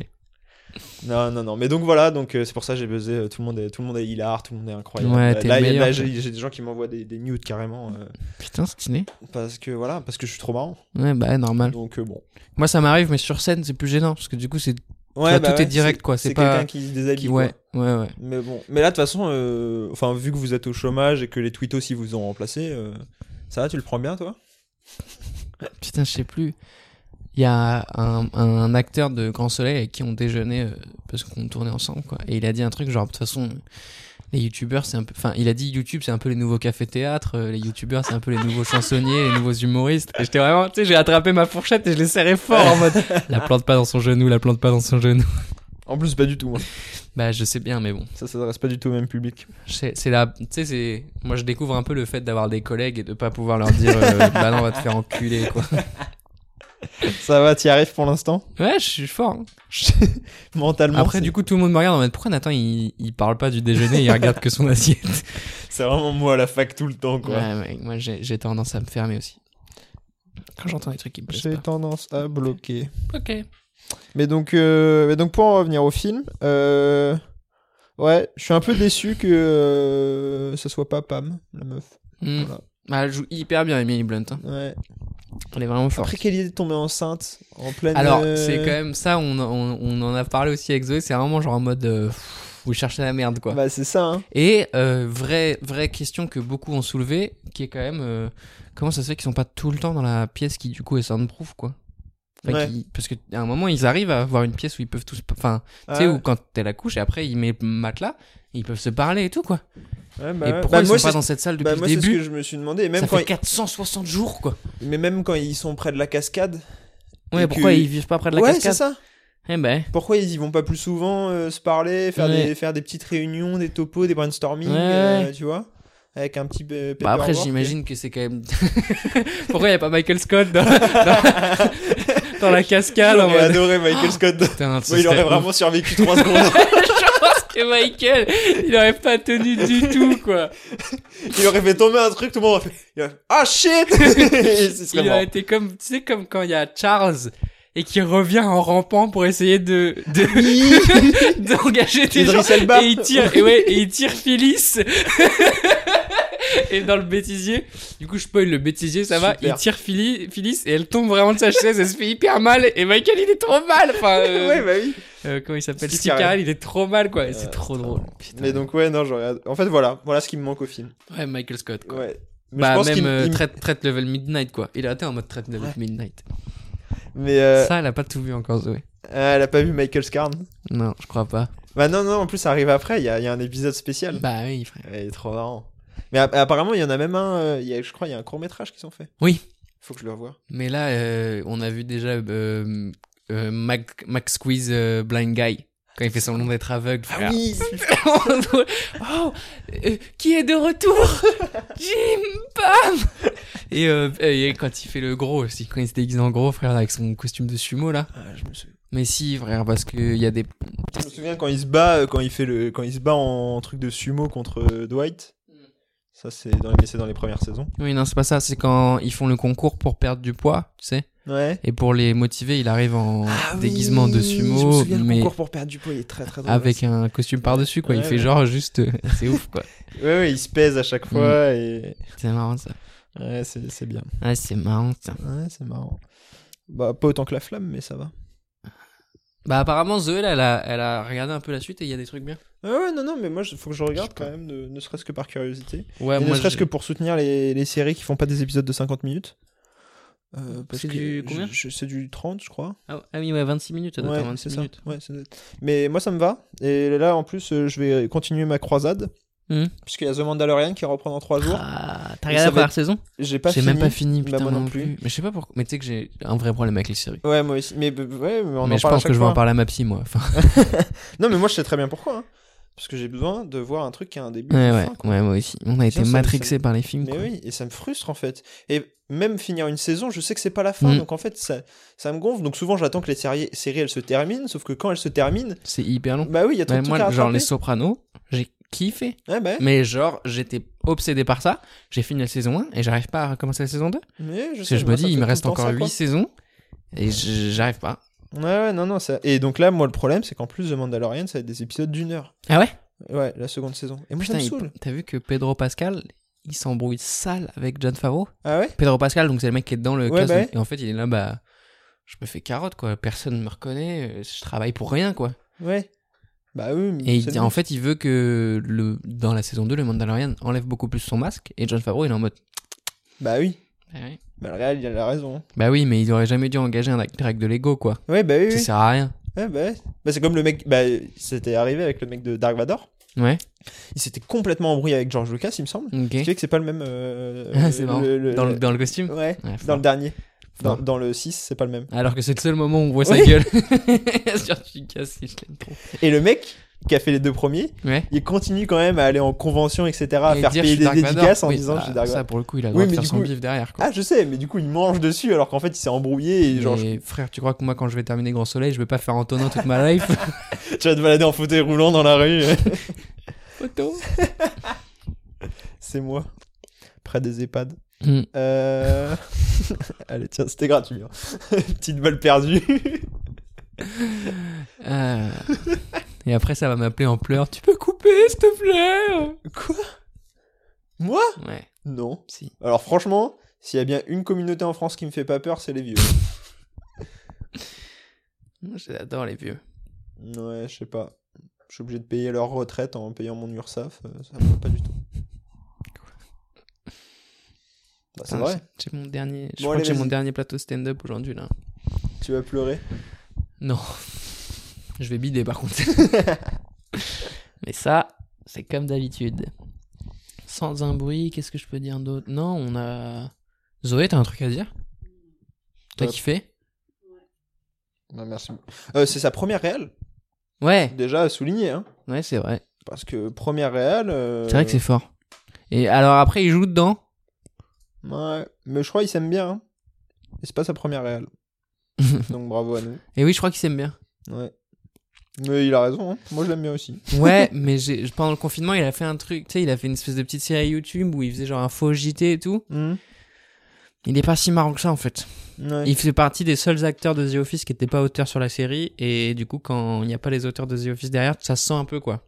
E: Non, non, non. Mais donc voilà, donc euh, c'est pour ça que j'ai buzzé. euh, Tout le monde est, tout le monde est hilar, tout le monde est incroyable.
F: Ouais,
E: Là,
F: t'es
E: là,
F: le
E: il y a-
F: meilleur,
E: là,
F: toi.
E: j'ai j'ai des gens qui m'envoient des, des nudes carrément euh,
F: Putain, stylé.
E: parce que voilà, parce que je suis trop marrant.
F: Ouais, bah, normal.
E: Donc euh, bon.
F: Moi, ça m'arrive, mais sur scène, c'est plus gênant parce que du coup, c'est
E: Ouais,
F: vois, tout est direct, quoi, c'est
E: C'est
F: pas-
E: quelqu'un qui se déshabille.
F: qui.
E: quoi.
F: Ouais, ouais, ouais.
E: Mais bon, mais là de toute façon, euh, enfin vu que vous êtes au chômage et que les twittos si vous ont remplacé, euh, ça va, tu le prends bien toi
F: Putain, je sais plus. Il y a un, un acteur de Grand Soleil avec qui on déjeunait euh, parce qu'on tournait ensemble, quoi. Et il a dit un truc genre, de toute façon, les youtubeurs, c'est un peu. Enfin, il a dit YouTube, c'est un peu les nouveaux cafés-théâtres, euh, les youtubeurs, c'est un peu les nouveaux chansonniers, les nouveaux humoristes. Et j'étais vraiment, tu sais, j'ai attrapé ma fourchette et je l'ai serré fort en mode, la plante pas dans son genou, la plante pas dans son genou.
E: En plus, pas du tout. hein.
F: Bah, je sais bien, mais bon.
E: Ça s'adresse pas du tout au même public.
F: C'est c'est la. Tu sais, c'est. Moi, je découvre un peu le fait d'avoir des collègues et de pas pouvoir leur dire, euh, bah non, on va te faire enculer, quoi.
E: ça va, t'y arrives pour l'instant
F: Ouais, je suis fort. hein.
E: Mentalement.
F: Après,
E: c'est-
F: du coup, tout le monde me regarde en mode pourquoi Nathan il, il parle pas du déjeuner, il regarde que son assiette.
E: c'est vraiment moi à la fac tout le temps quoi.
F: Ouais, mec, moi j'ai j'ai tendance à me fermer aussi. Quand j'entends des trucs qui me plaisent
E: J'ai tendance à bloquer.
F: pas. Ok.
E: Mais donc, euh, mais donc pour en revenir au film, euh, Ouais, je suis un peu déçu que euh, ça soit pas Pam, la meuf.
F: Mm.
E: Voilà.
F: Bah, elle joue hyper bien, Emily Blunt. hein.
E: Ouais.
F: Elle est vraiment forte.
E: Après qu'elle est tombée enceinte en pleine.
F: Alors,
E: euh,
F: c'est quand même ça, on, on- on en a parlé aussi avec Zoé, c'est vraiment genre en mode euh, pff, vous cherchez la merde quoi.
E: Bah, c'est ça, hein.
F: Et euh, vraie, vraie question que beaucoup ont soulevée, qui est quand même euh, comment ça se fait qu'ils sont pas tout le temps dans la pièce qui du coup est soundproof quoi. Enfin,
E: Ouais.
F: qui- parce que à un moment ils arrivent à avoir une pièce où ils peuvent tous, enfin tu sais
E: Ah,
F: où quand elle accouche et après ils mettent le matelas, ils peuvent se parler et tout quoi.
E: ouais, bah,
F: et
E: ouais.
F: pourquoi
E: Bah,
F: ils
E: moi,
F: sont pas
E: c'est-
F: dans cette salle depuis
E: bah, moi,
F: le
E: c'est ce
F: début
E: que je me suis demandé. Et même
F: Ça
E: quand
F: fait 460 jours quoi.
E: ils... Mais même quand ils sont près de la cascade.
F: Ouais,
E: Et
F: pourquoi
E: que-
F: ils vivent pas près de la
E: ouais, c'est
F: cascade
E: ça.
F: Eh ben,
E: Pourquoi ils y vont pas plus souvent euh, se parler, faire,
F: Ouais.
E: des, faire des petites réunions, des topos, des brainstorming,
F: Ouais, ouais.
E: euh, tu vois Avec un petit. euh,
F: Bah après,
E: paperwork.
F: j'imagine que c'est quand même. Pourquoi il n'y a pas Michael Scott dans, dans- dans la cascade en
E: J'aurais
F: mode...
E: Ah, adoré Michael Scott.
F: Putain, Ah ce
E: Moi, il
F: serait
E: aurait
F: ouf.
E: vraiment survécu 3 secondes.
F: Je pense que Michael, il aurait pas tenu du tout, quoi.
E: Il aurait fait tomber un truc, tout le monde aurait fait il aurait fait, Ah shit Et ce serait
F: Il
E: mort.
F: aurait été comme, tu sais, comme quand il y a Charles et qui revient en rampant pour essayer de, de, d'engager des gens.
E: Idriss Elba.
F: Et il tire, et ouais, et il tire Phyllis. et dans le bêtisier, du coup, je spoil le bêtisier, ça va.
E: Super.
F: Il tire Phyllis, Phyllis et elle tombe vraiment de sa chaise, elle se fait hyper mal. Et Michael, il est trop mal. Enfin, euh,
E: Ouais, bah oui.
F: euh, comment il s'appelle
E: Steve
F: Steve
E: Carell.
F: Carell, il est trop mal, quoi. Et
E: Euh,
F: c'est trop drôle. Putain.
E: Mais donc, ouais, non, j'aurais. En fait, voilà. Voilà ce qui me manque au film.
F: Ouais, Michael Scott, quoi.
E: Ouais. Mais
F: bah, même
E: qu'il-
F: euh,
E: il-
F: traite, traite level midnight, quoi. Il a été en mode traite level midnight.
E: Mais euh,
F: Ça, elle a pas tout vu encore, Zoé.
E: ah, elle a pas vu Michael Scarn.
F: Non, je crois pas.
E: Bah, non, non, en plus, ça arrive après. Il y a, il y a un épisode spécial.
F: Bah oui, frère.
E: Ouais, il est trop marrant. Mais app- apparemment, il y en a même un. euh, il y a, je crois il y a un court métrage qu'ils ont fait.
F: Oui.
E: Faut que je le revoie.
F: Mais là, euh, on a vu déjà euh, euh, Mac, Mac Squeeze euh, Blind Guy. Quand il fait semblant d'être aveugle, frère.
E: Ah oui
F: oh, euh, qui est de retour Jim Pam et, euh, et quand il fait le gros aussi, quand il se déguise en gros, frère, avec son costume de sumo là.
E: je, me souviens.
F: Mais si, frère, parce qu'il y a des.
E: quand il se bat, euh, quand il fait le, quand il se bat en, truc de sumo contre euh, Dwight. Ça c'est dans les, mais c'est dans les premières saisons.
F: Oui, non, c'est pas ça, c'est quand ils font le concours pour perdre du poids, tu sais.
E: Ouais.
F: Et pour les motiver, il arrive en déguisement
E: Ah Je
F: de
E: me
F: sumo,
E: souviens, le
F: mais
E: concours pour perdre du poids, il est très très drôle.
F: avec un costume par-dessus, quoi. il
E: Ouais,
F: fait
E: ouais.
F: genre juste. euh, c'est ouf, quoi.
E: Ouais, ouais, il se pèse à chaque fois et
F: C'est marrant, ça.
E: ouais, c'est c'est bien.
F: Ah, c'est marrant, ça.
E: Ouais, c'est marrant. Bah pas autant que la flamme, mais ça va.
F: Bah, apparemment, Zoé, là, elle a, elle a regardé un peu la suite et il y a des trucs bien.
E: Ouais, Ah ouais, non, non, mais moi, je- faut que je regarde
F: Je sais
E: quand
F: pas.
E: même, de- ne serait-ce que par curiosité.
F: Ouais,
E: Et ne serait-ce
F: je-
E: que pour soutenir les, les séries qui font pas des épisodes de 50 minutes. Euh, parce
F: C'est
E: que
F: du combien
E: je- je- C'est du 30, je crois.
F: Ah ah oui, ouais, 26 minutes, ça doit
E: Ouais,
F: faire 26
E: c'est ça.
F: minutes.
E: Ouais, ça doit être- Mais moi, ça me va. Et là, en plus, euh, je vais continuer ma croisade.
F: Mhm.
E: Puisqu'il y a The Mandalorian qui reprend dans 3 jours.
F: Ah, t'as
E: Et ça
F: regardé la
E: va
F: première
E: être
F: saison
E: J'ai pas
F: J'ai
E: fini.
F: même pas fini,
E: Bah,
F: putain,
E: moi non plus.
F: Mais je sais pas pourquoi. Mais tu sais que j'ai un vrai problème avec les séries.
E: Ouais, moi aussi. Mais, b- ouais, mais Bah, on
F: mais
E: en
F: je
E: parle à
F: pense
E: chaque
F: que je vais
E: fois. hein.
F: en parler à ma psy, moi. Enfin,
E: Non, mais moi, je sais très bien pourquoi. hein. Parce que j'ai besoin de voir un truc qui a un début.
F: ouais,
E: une
F: ouais,
E: fin, quoi.
F: ouais, moi aussi. On a été
E: Sinon, ça-
F: matrixés
E: ça-
F: par les films,
E: Mais
F: quoi.
E: oui, et ça me frustre en fait. Et même finir une saison, je sais que c'est pas la fin,
F: Mm.
E: donc en fait ça, ça me gonfle. Donc souvent j'attends que les séries, séries elles se terminent, sauf que quand elles se terminent,
F: C'est hyper long.
E: bah oui, il y a trop
F: Mm. Ouais,
E: de trucs à
F: moi, genre
E: rattraper.
F: les Mm. Sopranos, j'ai kiffé.
E: Ouais, bah ouais.
F: Mais genre, j'étais obsédé par ça. J'ai fini la saison 1 et j'arrive pas à recommencer la saison 2.
E: Mais je,
F: Parce
E: sais,
F: que je
E: moi,
F: me
E: ça
F: dis, il
E: fait
F: me
E: tout
F: reste
E: le temps
F: encore
E: ça,
F: 8
E: quoi.
F: saisons et je- j'arrive pas.
E: Ouais, ouais, non, non. Ça... Et donc là, moi, le problème, c'est qu'en plus de Mandalorian, ça va être des épisodes d'une heure.
F: Ah ouais
E: Ouais, la seconde saison. Et moi,
F: Putain,
E: ça me
F: il-
E: saoule.
F: t'as vu que Pedro Pascal, il s'embrouille sale avec John Favreau
E: Ah ouais
F: Pedro Pascal, donc c'est le mec qui est dans le
E: Ouais,
F: cast.
E: bah ouais.
F: Et en fait, il est là, bah. Je me fais carotte, quoi. Personne ne me reconnaît. euh, Je travaille pour rien, quoi.
E: Ouais. Bah oui, mais
F: Et il
E: c'est
F: dit-
E: nul.
F: en fait, il veut que le, dans la saison 2, le Mandalorian enlève beaucoup plus son masque. Et John Favreau, il est en mode.
E: Bah oui.
F: Bah ouais.
E: Bah le réel, il a la raison.
F: Bah oui, mais ils auraient jamais dû engager un acteur avec de l'ego, quoi.
E: Ouais, bah oui.
F: Ça
E: oui.
F: sert à rien.
E: Ouais, bah, ouais. Bah, c'est comme le mec. Bah, c'était arrivé avec le mec de Dark Vador.
F: Ouais.
E: Il s'était complètement embrouillé avec George Lucas, il me semble.
F: Ok.
E: Tu sais que c'est pas le même. euh,
F: Ah, c'est
E: le-
F: marrant.
E: le- le-
F: dans, le, dans le costume
E: Ouais,
F: Ouais,
E: dans
F: fort.
E: le dernier. Dans,
F: Fort.
E: dans le 6, c'est pas le même.
F: Alors que c'est le seul moment où on voit sa
E: Oui.
F: gueule. Sur Chica, si je l'aime trop.
E: Et le mec qui a fait les deux premiers,
F: Ouais.
E: il continue quand même à aller en convention, etc., à
F: Et
E: Ah, faire payer
F: dire, je suis
E: des
F: Dark Vador.
E: dédicaces en
F: Oui,
E: disant
F: bah,
E: je suis Dark
F: Ça,
E: Vador.
F: pour le coup, il a le
E: Oui,
F: droit de
E: mais
F: faire
E: du
F: son
E: coup-
F: bif derrière, quoi.
E: Ah, je sais, mais du coup, il mange dessus alors qu'en fait, il s'est embrouillé et genre,
F: Mais frère, tu crois que moi, quand je vais terminer Grand Soleil, je vais pas faire Antonin toute ma life
E: je- tu vas te balader en fauteuil roulant dans la rue.
F: Photo.
E: c'est moi. Près des EHPAD.
F: Hmm.
E: Euh... Allez, tiens, c'était gratuit. hein. Petite balle perdue.
F: Euh, Et après, ça va m'appeler en pleurs. Tu peux couper couper, s'il te plaît
E: Quoi Moi
F: Ouais,
E: Non.
F: si.
E: Alors franchement, s'il y a bien une communauté en France qui me fait pas peur, c'est les vieux.
F: Moi, J'adore les vieux.
E: ouais, je sais pas. Je suis obligé de payer leur retraite en payant mon URSAF, euh, ça me va pas du tout. Bah, c'est
F: Putain,
E: vrai,
F: j'ai- J'ai mon dernier, Ah, je
E: Bon,
F: crois
E: allez,
F: que j'ai
E: vas-y.
F: mon dernier plateau stand-up aujourd'hui là.
E: tu vas pleurer.
F: Non. Je vais bider par contre. Mais ça, c'est comme d'habitude. Sans un bruit, qu'est-ce que je peux dire d'autre Non, on a. Zoé, t'as un truc à dire T'as
E: Top.
F: kiffé
E: Bah, merci. Euh, c'est sa première réelle,
F: Ouais,
E: déjà à souligner, hein,
F: ouais, c'est vrai.
E: parce que première réelle. euh,
F: C'est vrai que c'est fort. Et alors après, il joue dedans.
E: Ouais, mais je crois qu'il s'aime bien. hein. Et c'est pas sa première réelle. Donc bravo à nous.
F: Et oui, je crois qu'il s'aime bien.
E: Ouais. Mais il a raison, hein. moi je l'aime bien aussi.
F: Ouais, mais j'ai- pendant le confinement, il a fait un truc. Tu sais, il a fait une espèce de petite série YouTube où il faisait genre un faux JT et tout.
E: Mhm.
F: Il est pas si marrant que ça en fait.
E: Ouais.
F: Il fait partie des seuls acteurs de The Office qui n'étaient pas auteurs sur la série, et du coup, quand il n'y a pas les auteurs de The Office derrière, ça se sent un peu quoi.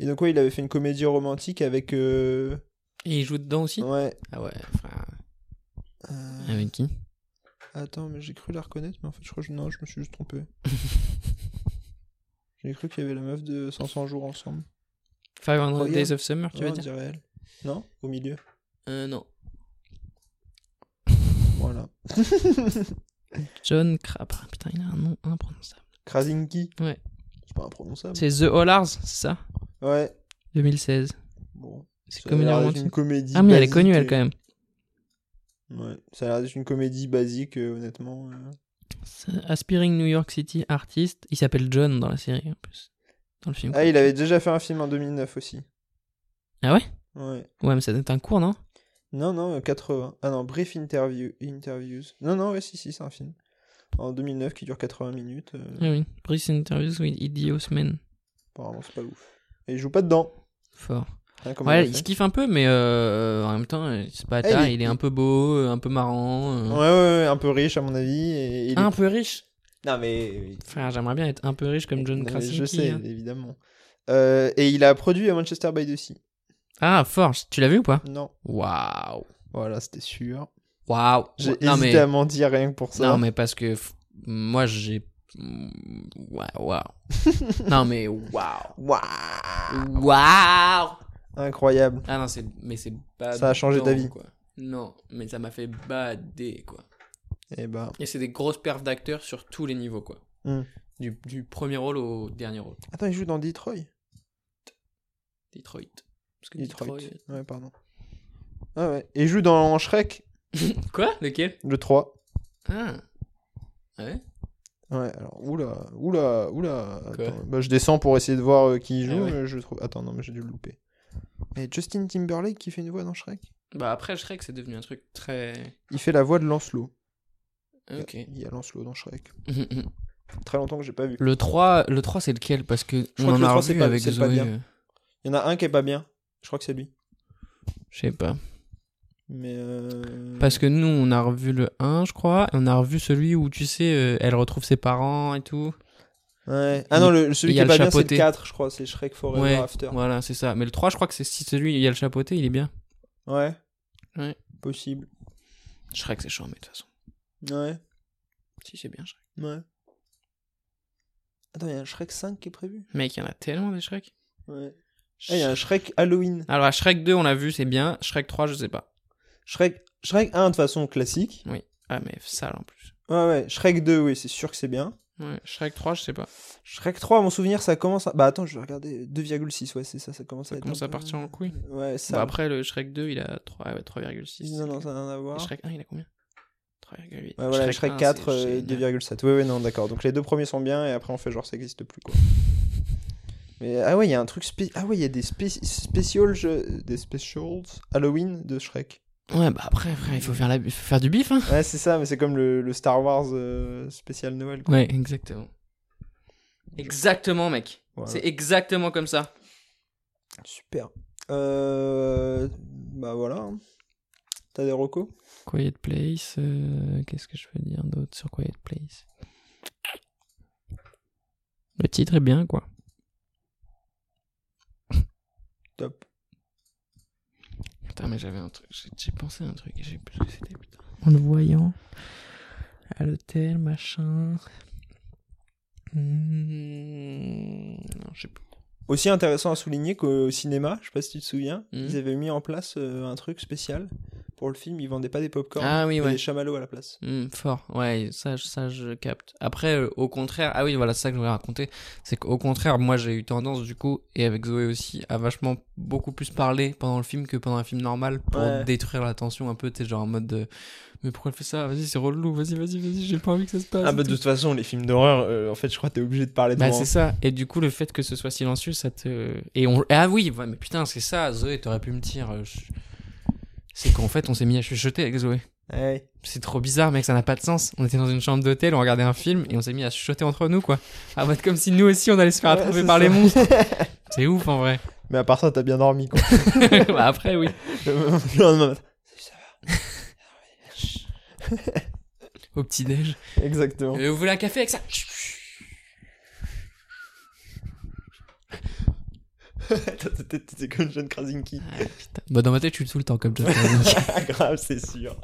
E: Et donc, ouais, il avait fait une comédie romantique avec. euh,
F: Et il joue dedans aussi
E: Ouais. Euh,
F: Ah ouais, enfin. Avec qui
E: Attends, mais j'ai cru la reconnaître, mais en fait, je crois que je- non, je me suis juste trompé. j'ai cru qu'il y avait la meuf de 500 jours ensemble.
F: Five Hundred
E: Royal.
F: Days of Summer, tu
E: Ouais,
F: veux
E: on
F: dire
E: dirait elle. Non Au milieu.
F: Euh, non.
E: Voilà.
F: John Crabbe. Ah, Putain, il a un nom
E: Ah
F: imprononçable.
E: Krasinski.
F: Ouais.
E: C'est pas imprononçable.
F: C'est The Hollars, c'est ça
E: Ouais.
F: 2016.
E: Bon.
F: C'est
E: Ça a
F: comédie
E: l'air d'être
F: romantique.
E: une comédie.
F: Ah, mais elle est
E: basique euh.
F: connue, elle,
E: et-
F: quand même.
E: Ouais. Ça a l'air d'être une comédie basique, euh, honnêtement. euh.
F: C'est Aspiring New York City Artist. Il s'appelle John dans la série, en plus. Dans le film.
E: Ah, il avait déjà fait un film en 2009 aussi.
F: Ah ouais
E: Ouais.
F: Ouais, mais ça doit être un cours, non
E: Non, non, euh, 80. Ah non, Brief interview... Interviews. Non, non, ouais, si, si, c'est un film. En 2009 qui dure 80 minutes. euh,
F: Ah Oui, oui. Brief Interviews with Idios Men.
E: Apparemment, c'est pas ouf. Et il joue pas dedans.
F: Fort.
E: Hein, comme
F: Ouais,
E: il
F: il
E: l'a
F: se
E: fait.
F: kiffe un peu, mais euh, en même temps, euh, c'est pas
E: Ah,
F: tard.
E: il est-
F: Il est un peu beau, euh, un peu marrant.
E: ouais,
F: euh,
E: ouais, ouais, un peu riche à mon avis. Et il est-
F: Un peu riche.
E: Non, mais.
F: Frère, j'aimerais bien être un peu riche comme John
E: Non, mais
F: Krasinski.
E: Je sais,
F: hein.
E: évidemment. Euh, et il a produit à Manchester by the Sea.
F: Ah, fort. Tu l'as vu ou pas
E: Non.
F: Waouh.
E: Voilà, c'était sûr.
F: Waouh.
E: J'ai
F: Ouais,
E: hésité
F: Non, mais,
E: à mentir rien que pour ça.
F: non, mais parce que f- moi, j'ai. Mm, Ouais, waouh. non, mais waouh.
E: Waouh
F: Waouh.
E: Incroyable.
F: Ah non, c'est. Mais c'est pas.
E: Ça a changé
F: dedans,
E: d'avis.
F: quoi. Non, mais ça m'a fait bader, quoi.
E: Et bah.
F: Et c'est des grosses perfs d'acteurs sur tous les niveaux, quoi.
E: Hmm.
F: Du, du premier rôle au dernier rôle.
E: Attends, il joue dans Detroit.
F: Detroit. Parce que
E: Detroit.
F: Detroit.
E: Ouais, pardon. Ah ouais. Et il joue dans Shrek,
F: Quoi Lequel
E: le 3.
F: Ah. Ah ouais
E: Ouais, alors, oula, oula, oula.
F: Quoi
E: Attends, bah, je descends pour essayer de voir euh, qui y joue,
F: Ah ouais.
E: mais je trouve. Attends, non, mais j'ai dû le louper. Mais Justin Timberlake qui fait une voix dans Shrek
F: Bah après Shrek, c'est devenu un truc très. euh,
E: Il fait la voix de Lancelot.
F: Ok.
E: Il y a Lancelot dans Shrek. Très longtemps que j'ai pas vu.
F: le 3, le 3 c'est lequel Parce que
E: Je
F: on
E: crois que
F: en
E: le
F: a
E: 3, c'est
F: revu
E: pas-
F: avec
E: c'est le pas
F: Zoé.
E: bien.
F: euh,
E: Il y en a un qui est pas bien. Je crois que c'est lui.
F: Je sais pas.
E: Hmm. Mais. euh,
F: Parce que nous, on a revu le 1, je crois. et on a revu celui où, tu sais, euh, elle retrouve ses parents et tout.
E: Ouais. Ah non, le, celui
F: il y
E: qui
F: a
E: est
F: le
E: pas bien, c'est
F: chapeauté.
E: le 4, je crois. C'est Shrek Forever
F: ouais,
E: After.
F: voilà, c'est ça. Mais le 3, je crois que c'est si celui où il y a le chapeauté, il est bien.
E: Ouais.
F: Ouais.
E: Possible.
F: Shrek, c'est chiant, mais de toute façon.
E: Ouais.
F: Si, c'est bien Shrek.
E: Ouais. Attends, il y a un Shrek 5 qui est prévu
F: Mec, il y en a tellement des Shrek.
E: Ouais. Ah, il y a un Shrek Halloween.
F: Alors, à Shrek 2, on l'a vu, c'est bien. Shrek 3, je sais pas.
E: Shrek, Shrek 1, de façon classique.
F: Oui. Ah, mais sale en plus.
E: Ouais, ouais. Shrek 2, oui, c'est sûr que c'est bien.
F: Ouais, Shrek 3, je sais pas.
E: Shrek 3, à mon souvenir, ça commence à. Bah attends, je vais regarder. 2,6, ouais, c'est ça, ça commence à
F: Ça
E: être. un
F: commence à
E: peu-
F: partir en couille.
E: Ouais, ça.
F: Bah après, le Shrek 2, il a 3, ouais, 3,6.
E: Non, non, ça n'a rien à
F: Et
E: voir.
F: Shrek 1, il a combien 3,8.
E: Ouais, voilà, Shrek,
F: 1,
E: 4,
F: c'est
E: euh,
F: génial.
E: 2,7. Oui, oui, non, d'accord. Donc les deux premiers sont bien et après on fait genre ça existe plus quoi. Mais ah ouais, il y a un truc spé- Ah ouais, il y a des spé spécials, euh, des specials Halloween de Shrek.
F: Ouais, bah après, frère, il faut faire, la... il faut faire du bif, hein.
E: Ouais, c'est ça, mais c'est comme le, le Star Wars euh, spécial Noël. Quoi.
F: Ouais, exactement. Exactement, mec.
E: Voilà.
F: C'est exactement comme ça.
E: Super. Euh... Bah voilà. hein. T'as des recos
F: Quiet Place, euh, qu'est-ce que je veux dire d'autre sur Quiet Place Le titre est bien, quoi.
E: Stop.
F: Putain, mais j'avais un truc. J'ai, j'ai pensé à un truc et j'ai plus ce que c'était, putain. En le voyant à l'hôtel, machin. Hmm, Non, je sais pas.
E: Aussi intéressant à souligner qu'au cinéma, je sais pas si tu te souviens,
F: Mhm.
E: ils avaient mis en place euh, un truc spécial pour le film. Ils vendaient pas des popcorn,
F: Ah oui,
E: mais
F: ouais.
E: des chamallows à la place.
F: Hmm, fort, ouais, ça, je- ça je capte. Après, euh, au contraire, ah oui, voilà, c'est ça que je voulais raconter. C'est qu'au contraire, moi j'ai eu tendance, du coup, et avec Zoé aussi, à vachement beaucoup plus parler pendant le film que pendant un film normal pour
E: Ouais.
F: détruire la tension un peu. T'es genre en mode de, mais pourquoi elle fait ça Vas-y, c'est relou, vas-y, vas-y, vas-y, j'ai pas envie que ça se passe.
E: Ah bah de toute façon, les films d'horreur, euh, en fait, je crois que t'es obligé de parler de
F: Bah, c'est ça. Et du coup, le fait que ce soit silencieux, ça te. Et on... Ah oui, ouais, mais putain, c'est ça, Zoé, t'aurais pu me dire. euh, je- C'est qu'en fait, on s'est mis à chuchoter avec Zoé.
E: Ouais.
F: C'est trop bizarre, mec, ça n'a pas de sens. On était dans une chambre d'hôtel, on regardait un film et on s'est mis à chuchoter entre nous, quoi. Ah, bah, comme si nous aussi on allait se faire
E: Ouais,
F: attraper
E: c'est
F: par
E: ça.
F: les monstres. C'est ouf en vrai.
E: Mais à part ça, t'as bien dormi quoi.
F: Bah, après, oui.
E: Le lendemain matin.
F: Au petit-déj.
E: Exactement.
F: Euh, vous voulez un café avec ça
E: T'es- t'es- T'es comme John Krasinski.
F: Bah, dans ma tête, je suis tout le temps comme ça.
E: Ah, grave, c'est sûr.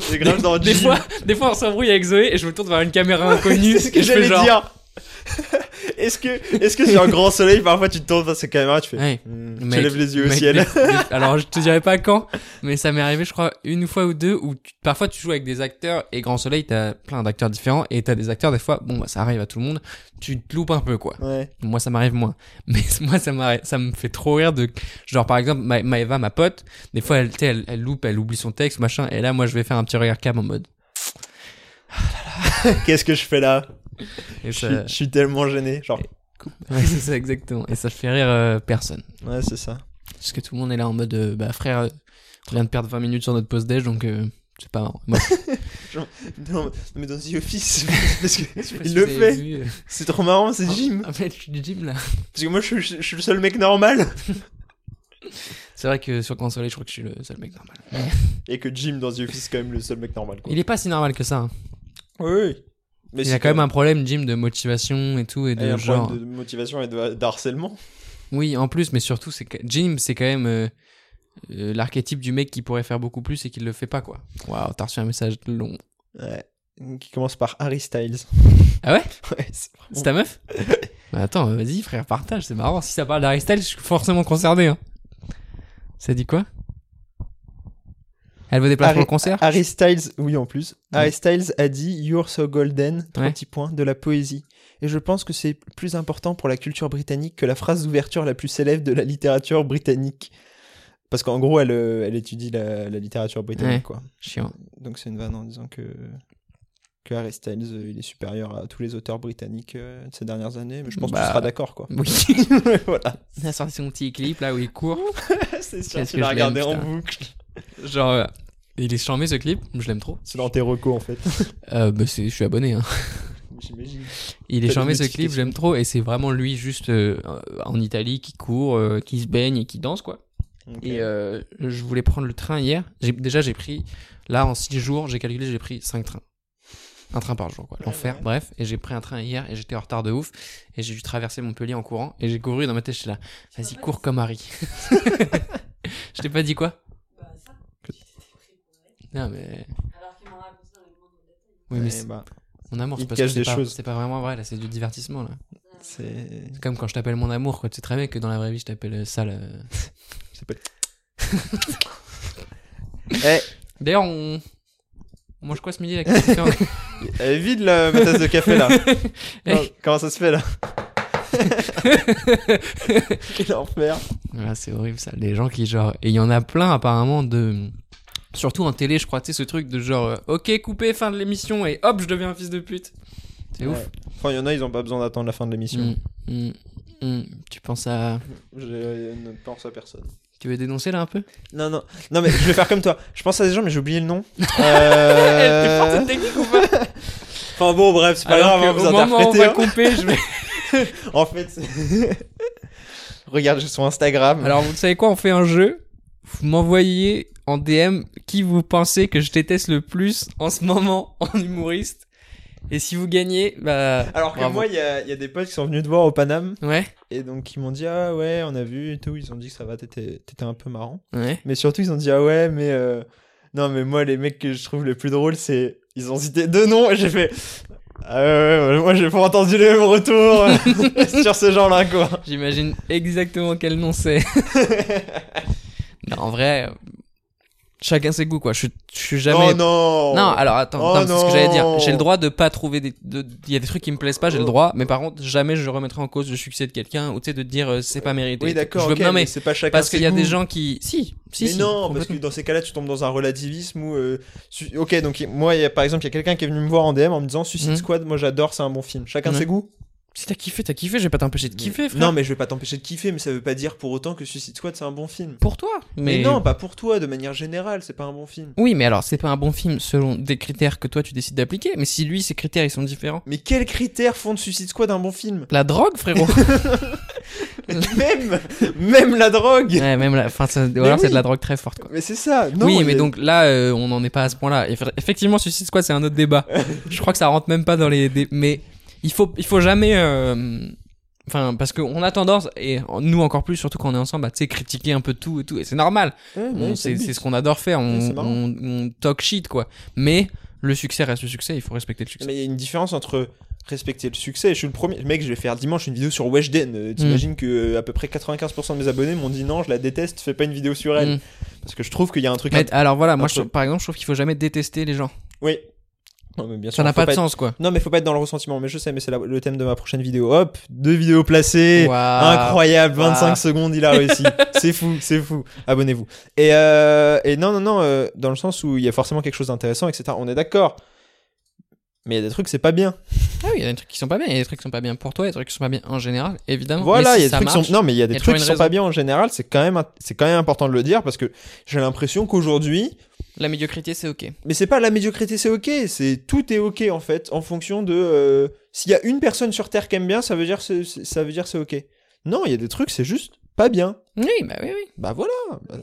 E: C'est grave dans
F: des,
E: Jim.
F: fois, des fois, on s'embrouille avec Zoé et je me tourne vers une caméra inconnue.
E: C'est ce que
F: et je fais
E: j'allais
F: genre,
E: dire. Est-ce que, est-ce que sur un grand soleil, parfois tu te tournes face à la caméra, tu fais.
F: Ouais.
E: Hmm,
F: Mec,
E: tu lèves les yeux au
F: mec,
E: ciel.
F: mec, mec, alors, je te dirais pas quand, mais ça m'est arrivé, je crois, une fois ou deux, où tu- parfois tu joues avec des acteurs, et Grand Soleil, t'as plein d'acteurs différents, et t'as des acteurs, des fois, bon, bah, ça arrive à tout le monde, tu te loupes un peu, quoi.
E: Ouais.
F: Moi, ça m'arrive moins. Mais moi, ça m'arrive, ça me fait trop rire de, genre, par exemple, Ma- Maeva, ma pote, des fois, elle, tu sais, elle, elle loupe, elle oublie son texte, machin, et là, moi, je vais faire un petit regard cam en mode,
E: Qu'est-ce que je fais là
F: et
E: je suis,
F: ça,
E: je suis tellement gêné. Genre.
F: ouais, c'est ça, exactement. Et ça fait rire euh, personne.
E: Ouais, c'est ça.
F: Parce que tout le monde est là en mode, euh, bah, frère, euh, on vient de perdre 20 minutes sur notre pause déj, donc, euh, c'est pas marrant. Moi,
E: Non, mais dans The Office, parce
F: Je sais
E: que
F: pas
E: il
F: si
E: le
F: vous avez
E: fait.
F: vu, euh,
E: C'est trop marrant, c'est Jim.
F: Ah, mais je suis du gym là.
E: Parce que moi, je, suis- je suis le seul mec normal.
F: C'est vrai que sur Grand Soleil, je crois que je suis le seul mec normal.
E: Et que Jim dans The Office, c'est quand même le seul mec normal. Quoi.
F: Il est pas si normal que ça. hein.
E: Oui, oui. Mais
F: Il y a
E: c'est
F: quand même un problème, Jim, de motivation et tout. Et
E: Et
F: de
E: un
F: genre.
E: problème de motivation et de- d'harcèlement.
F: Oui, en plus, mais surtout, c'est que Jim, c'est quand même euh, euh, l'archétype du mec qui pourrait faire beaucoup plus et qui le fait pas, quoi. Waouh, t'as reçu un message long.
E: Ouais. Qui commence par Harry Styles.
F: Ah ouais
E: Ouais, c'est vraiment-
F: C'est ta meuf Bah attends, euh, vas-y, frère, partage, c'est marrant. Si ça parle d'Harry Styles, je suis forcément concerné. hein. Ça dit quoi Elle veut des places pour le concert
E: Harry Styles, oui en plus. Harry Styles a dit You're so golden, trois
F: Ouais.
E: petits points, de la poésie. Et je pense que c'est plus important pour la culture britannique que la phrase d'ouverture la plus célèbre de la littérature britannique. Parce qu'en gros, elle, euh, elle étudie la, la littérature britannique,
F: Ouais.
E: quoi.
F: Chiant.
E: Donc c'est une vanne en disant que, que Harry Styles, euh, il est supérieur à tous les auteurs britanniques euh, de ces dernières années. Mais je pense que
F: Bah.
E: tu seras d'accord, quoi.
F: Oui.
E: voilà.
F: Il a sorti son petit clip là où il court.
E: c'est sûr,
F: Qu'est-ce
E: tu
F: que
E: l'as
F: je l'aime,
E: regardé en
F: putain.
E: boucle.
F: Genre, euh, il est chambé ce clip, je l'aime trop.
E: C'est dans tes recos, en fait.
F: Euh, bah, c'est- je suis abonné. Hein.
E: J'imagine.
F: Il est
E: T'as des
F: chambé ce clip,
E: notifications.
F: j'aime trop. Et c'est vraiment lui juste euh, en Italie qui court, euh, qui se baigne et qui danse quoi.
E: Ok.
F: Et euh, je voulais prendre le train hier. J'ai- Déjà j'ai pris, là en 6 jours, j'ai calculé, j'ai pris 5 trains. Un train par jour quoi. L'enfer,
E: ouais.
F: bref. Et j'ai pris un train hier et j'étais en retard de ouf. Et j'ai dû traverser Montpellier en courant. Et j'ai couru dans ma tête, j'étais là. Vas-y, cours comme Harry. je t'ai pas dit quoi
G: Bah,
F: Non mais... Oui, mais
E: Ouais,
F: c'est-
E: bah,
F: mon amour,
E: Il
F: c'est
E: te
F: parce
E: cache
F: que c'est
E: des
F: pas-
E: choses.
F: C'est pas vraiment vrai, là, c'est du divertissement, là.
E: c'est...
F: C'est comme quand je t'appelle mon amour, quoi. Tu sais très bien que dans la vraie vie, je t'appelle euh, ça, là.
E: Il s'appelle. eh,
F: D'ailleurs, on... on mange quoi ce midi, là qu'est-ce qu'on fait
E: elle est Eh, vide la, ma tasse de café là.
F: Eh.
E: Non, Comment ça se fait là Quel enfer.
F: Ah, c'est horrible, ça. Les gens qui, genre... Et il y en a plein, apparemment, de... Surtout en télé, je crois, tu sais, ce truc de genre... euh, Ok, coupé, fin de l'émission, et hop, je deviens un fils de pute. C'est
E: Ouais.
F: ouf.
E: Enfin, il y en a, ils ont pas besoin d'attendre la fin de l'émission.
F: Mm, mm, mm. Tu penses à...
E: Je euh, ne pense à personne.
F: Tu veux dénoncer, là, un peu
E: Non, non, non, mais je vais faire comme toi. Je pense à des gens, mais j'ai oublié le nom.
F: T'es fort,
E: Euh...
F: cette technique ou pas
E: enfin bon, bref, c'est pas
F: Alors
E: grave, hein,
F: que
E: vous
F: au moment où on
E: interprétez.
F: va
E: hein.
F: couper, je vais...
E: En fait, c'est- regarde j'ai son Instagram.
F: Alors, vous savez quoi On fait un jeu. Vous m'envoyez en DM qui vous pensez que je déteste le plus en ce moment en humoriste. Et si vous gagnez, bah.
E: Alors que
F: bravo.
E: moi, il y a, il y a des potes qui sont venus te voir au Paname
F: Ouais,
E: et donc ils m'ont dit Ah ouais, on a vu et tout. Ils ont dit que ça va, t'étais t'étais un peu marrant.
F: ouais.
E: Mais surtout, ils ont dit Ah ouais, mais euh, non, mais moi, les mecs que je trouve les plus drôles, c'est. Ils ont cité deux noms et j'ai fait Ah ouais, ouais, moi, j'ai pas entendu les mêmes retours euh, sur ce genre-là, quoi.
F: J'imagine exactement quel nom c'est. non, en vrai, euh, chacun ses goûts, quoi. Je, je suis jamais.
E: Oh non
F: Non, alors attends,
E: Oh
F: attends, c'est ce que j'allais dire.
E: non.
F: J'ai le droit de pas trouver des. de- Il y a des trucs qui me plaisent pas, j'ai le droit, mais par contre, jamais je remettrai en cause le succès de quelqu'un ou tu sais, de dire euh, c'est pas mérité.
E: Oui, d'accord,
F: Je veux-
E: ok,
F: non, mais,
E: mais c'est pas chacun.
F: parce qu'il y a
E: ses
F: des
E: goûts.
F: gens qui. Si, si,
E: mais
F: si,
E: non, parce que dans ces cas-là, tu tombes dans un relativisme où. euh, su- Ok, donc il- moi, il y a, par exemple, il y a quelqu'un qui est venu me voir en DM en me disant Suicide
F: Mhm.
E: Squad, moi j'adore, c'est un bon film. Chacun
F: Ouais.
E: ses goûts.
F: Si t'as kiffé, t'as kiffé, je vais pas t'empêcher de kiffer, frère.
E: Non, mais je vais pas t'empêcher de kiffer, mais ça veut pas dire pour autant que Suicide Squad c'est un bon film.
F: Pour toi.
E: Mais, non, pas pour toi, de manière générale, c'est pas un bon film.
F: Oui, mais alors, c'est pas un bon film selon des critères que toi tu décides d'appliquer, mais si lui, ses critères, ils sont différents.
E: Mais quels critères font de Suicide Squad un bon film
F: La drogue, frérot
E: Même Même la drogue
F: Ouais, même la. Enfin, ça- ou alors c'est de la drogue très forte, quoi.
E: Mais c'est ça non,
F: oui,
E: il y
F: mais
E: a-
F: donc là, euh, on n'en est pas à ce point-là. Eff- Effectivement, Suicide Squad, c'est un autre débat. Je crois que ça rentre même pas dans les. dé- mais il faut, il faut jamais. euh, Enfin, parce qu'on a tendance, et en- nous encore plus, surtout quand on est ensemble, à tu sais, critiquer un peu tout et tout. Et c'est normal.
E: Ouais,
F: On-
E: Eh, mais
F: c'est
E: c'est
F: c'est ce qu'on adore faire. On,
E: Ouais, c'est marrant.
F: on, on talk shit, quoi. Mais le succès reste le succès. Il faut respecter le succès.
E: Mais il y a une différence entre respecter le succès. Je suis le premier. Mec, je vais faire dimanche une vidéo sur Weshden. Euh,
F: Mm.
E: T'imagines que euh, à peu près 95% de mes abonnés m'ont dit non, je la déteste, fais pas une vidéo sur elle.
F: Mm.
E: Parce que je trouve qu'il y a un truc.
F: Mais alors voilà, moi,
E: un
F: je trouve-
E: peu.
F: par exemple, je trouve qu'il faut jamais détester les gens.
E: Oui. Non, mais bien
F: Ça
E: sûr,
F: n'a
E: faut
F: pas de
E: être-
F: sens, quoi.
E: Non, mais faut pas être dans le ressentiment. Mais je sais, mais c'est la- le thème de ma prochaine vidéo. Hop, deux vidéos placées.
F: Waouh.
E: Incroyable,
F: Waouh.
E: 25 secondes, il a réussi. c'est fou, c'est fou. Abonnez-vous. Et, euh, et non, non, non, euh, dans le sens où il y a forcément quelque chose d'intéressant, etc. On est d'accord. Mais il y a des trucs, c'est pas bien.
F: Ah oui, il y a des trucs qui sont pas bien, il y a des trucs qui sont pas bien pour toi, il y a des trucs qui sont pas bien en général, évidemment.
E: Voilà,
F: Ah
E: il
F: Mais si
E: y a des
F: ça
E: trucs qui
F: marche,
E: sont... Non, mais il y a des
F: y a
E: trucs qui
F: toujours
E: sont
F: une
E: pas
F: raison.
E: bien en général, c'est quand, même int- c'est quand même important de le dire parce que j'ai l'impression qu'aujourd'hui,
F: La médiocrité, c'est ok.
E: mais c'est pas la médiocrité, c'est ok, c'est tout est ok en fait, en fonction de euh, s'il y a une personne sur terre qui aime bien, ça veut dire c'est, c'est- ça veut dire c'est ok. Non, il y a des trucs, c'est juste pas bien.
F: Oui, bah oui, oui.
E: Bah voilà. Bah-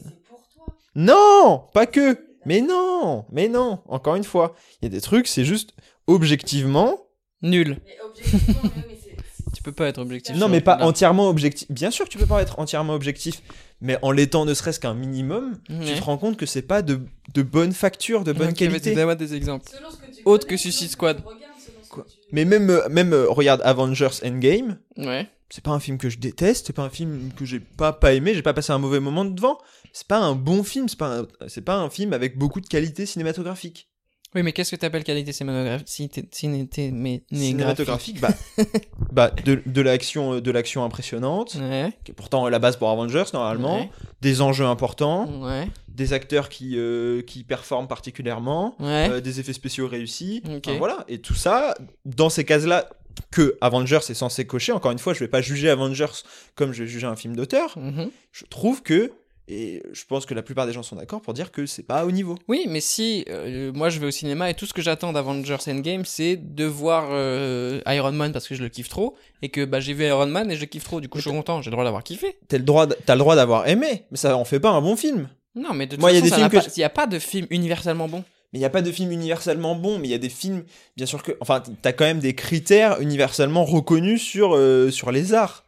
E: Non, pas que. Mais non, mais non. Encore une fois, il y a des trucs, c'est juste objectivement.
F: Nul.
G: Mais objectivement, mais oui, mais c'est- c'est-
F: Tu peux pas être objectif.
E: Non,
F: sur-
E: mais pas
F: là.
E: entièrement objectif. Bien sûr, tu peux pas être entièrement objectif, mais en l'étant ne serait-ce qu'un minimum, tu
F: Ouais.
E: te rends compte que c'est pas de, de bonne facture, de bonne
F: Ok,
E: qualité.
F: vas-y, donne-moi des exemples.
G: selon ce que tu
F: Autre
G: connais,
F: que
G: selon
F: Suicide
G: ce
F: Squad.
G: tu regardes, selon ce que
E: Quoi
G: tu-
E: Mais même, euh, même euh, regarde Avengers Endgame,
F: Ouais.
E: c'est pas un film que je déteste, c'est pas un film que j'ai pas pas aimé, j'ai pas passé un mauvais moment devant. C'est pas un bon film, c'est pas un- c'est pas un film avec beaucoup de qualité cinématographique.
F: Oui, mais qu'est-ce que t'appelles qualité cinématographique Si t'es- si t'es- mais- négraphique.
E: cinématographique, bah, bah de, de l'action euh, de l'action impressionnante,
F: Ouais.
E: qui est pourtant la base pour Avengers normalement,
F: Ouais.
E: des enjeux importants,
F: Ouais.
E: des acteurs qui, euh, qui performent particulièrement,
F: Ouais.
E: euh, des effets spéciaux réussis,
F: Ok.
E: Enfin, voilà, et tout ça, dans ces cases-là que Avengers est censé cocher, encore une fois, je vais pas juger Avengers comme je vais juger un film d'auteur,
F: Mhm.
E: je trouve que, et je pense que la plupart des gens sont d'accord pour dire que c'est pas au niveau.
F: Oui, mais si euh, moi je vais au cinéma et tout ce que j'attends d'Avengers Endgame, c'est de voir euh, Iron Man parce que je le kiffe trop et que bah j'ai vu Iron Man et je le kiffe trop, du coup je suis content, j'ai le droit d'avoir kiffé.
E: T'as le droit d- t'as le droit d'avoir aimé, mais ça en fait pas un bon film.
F: Non, mais de toute
E: Moi, il y a
F: façon,
E: des
F: ça
E: films
F: n'a
E: que
F: pas-
E: je-
F: il n'y a pas de film universellement bon.
E: Mais il n'y a pas de film universellement bon, mais il y a des films, bien sûr que. Enfin, t'as quand même des critères universellement reconnus sur, euh, sur les arts.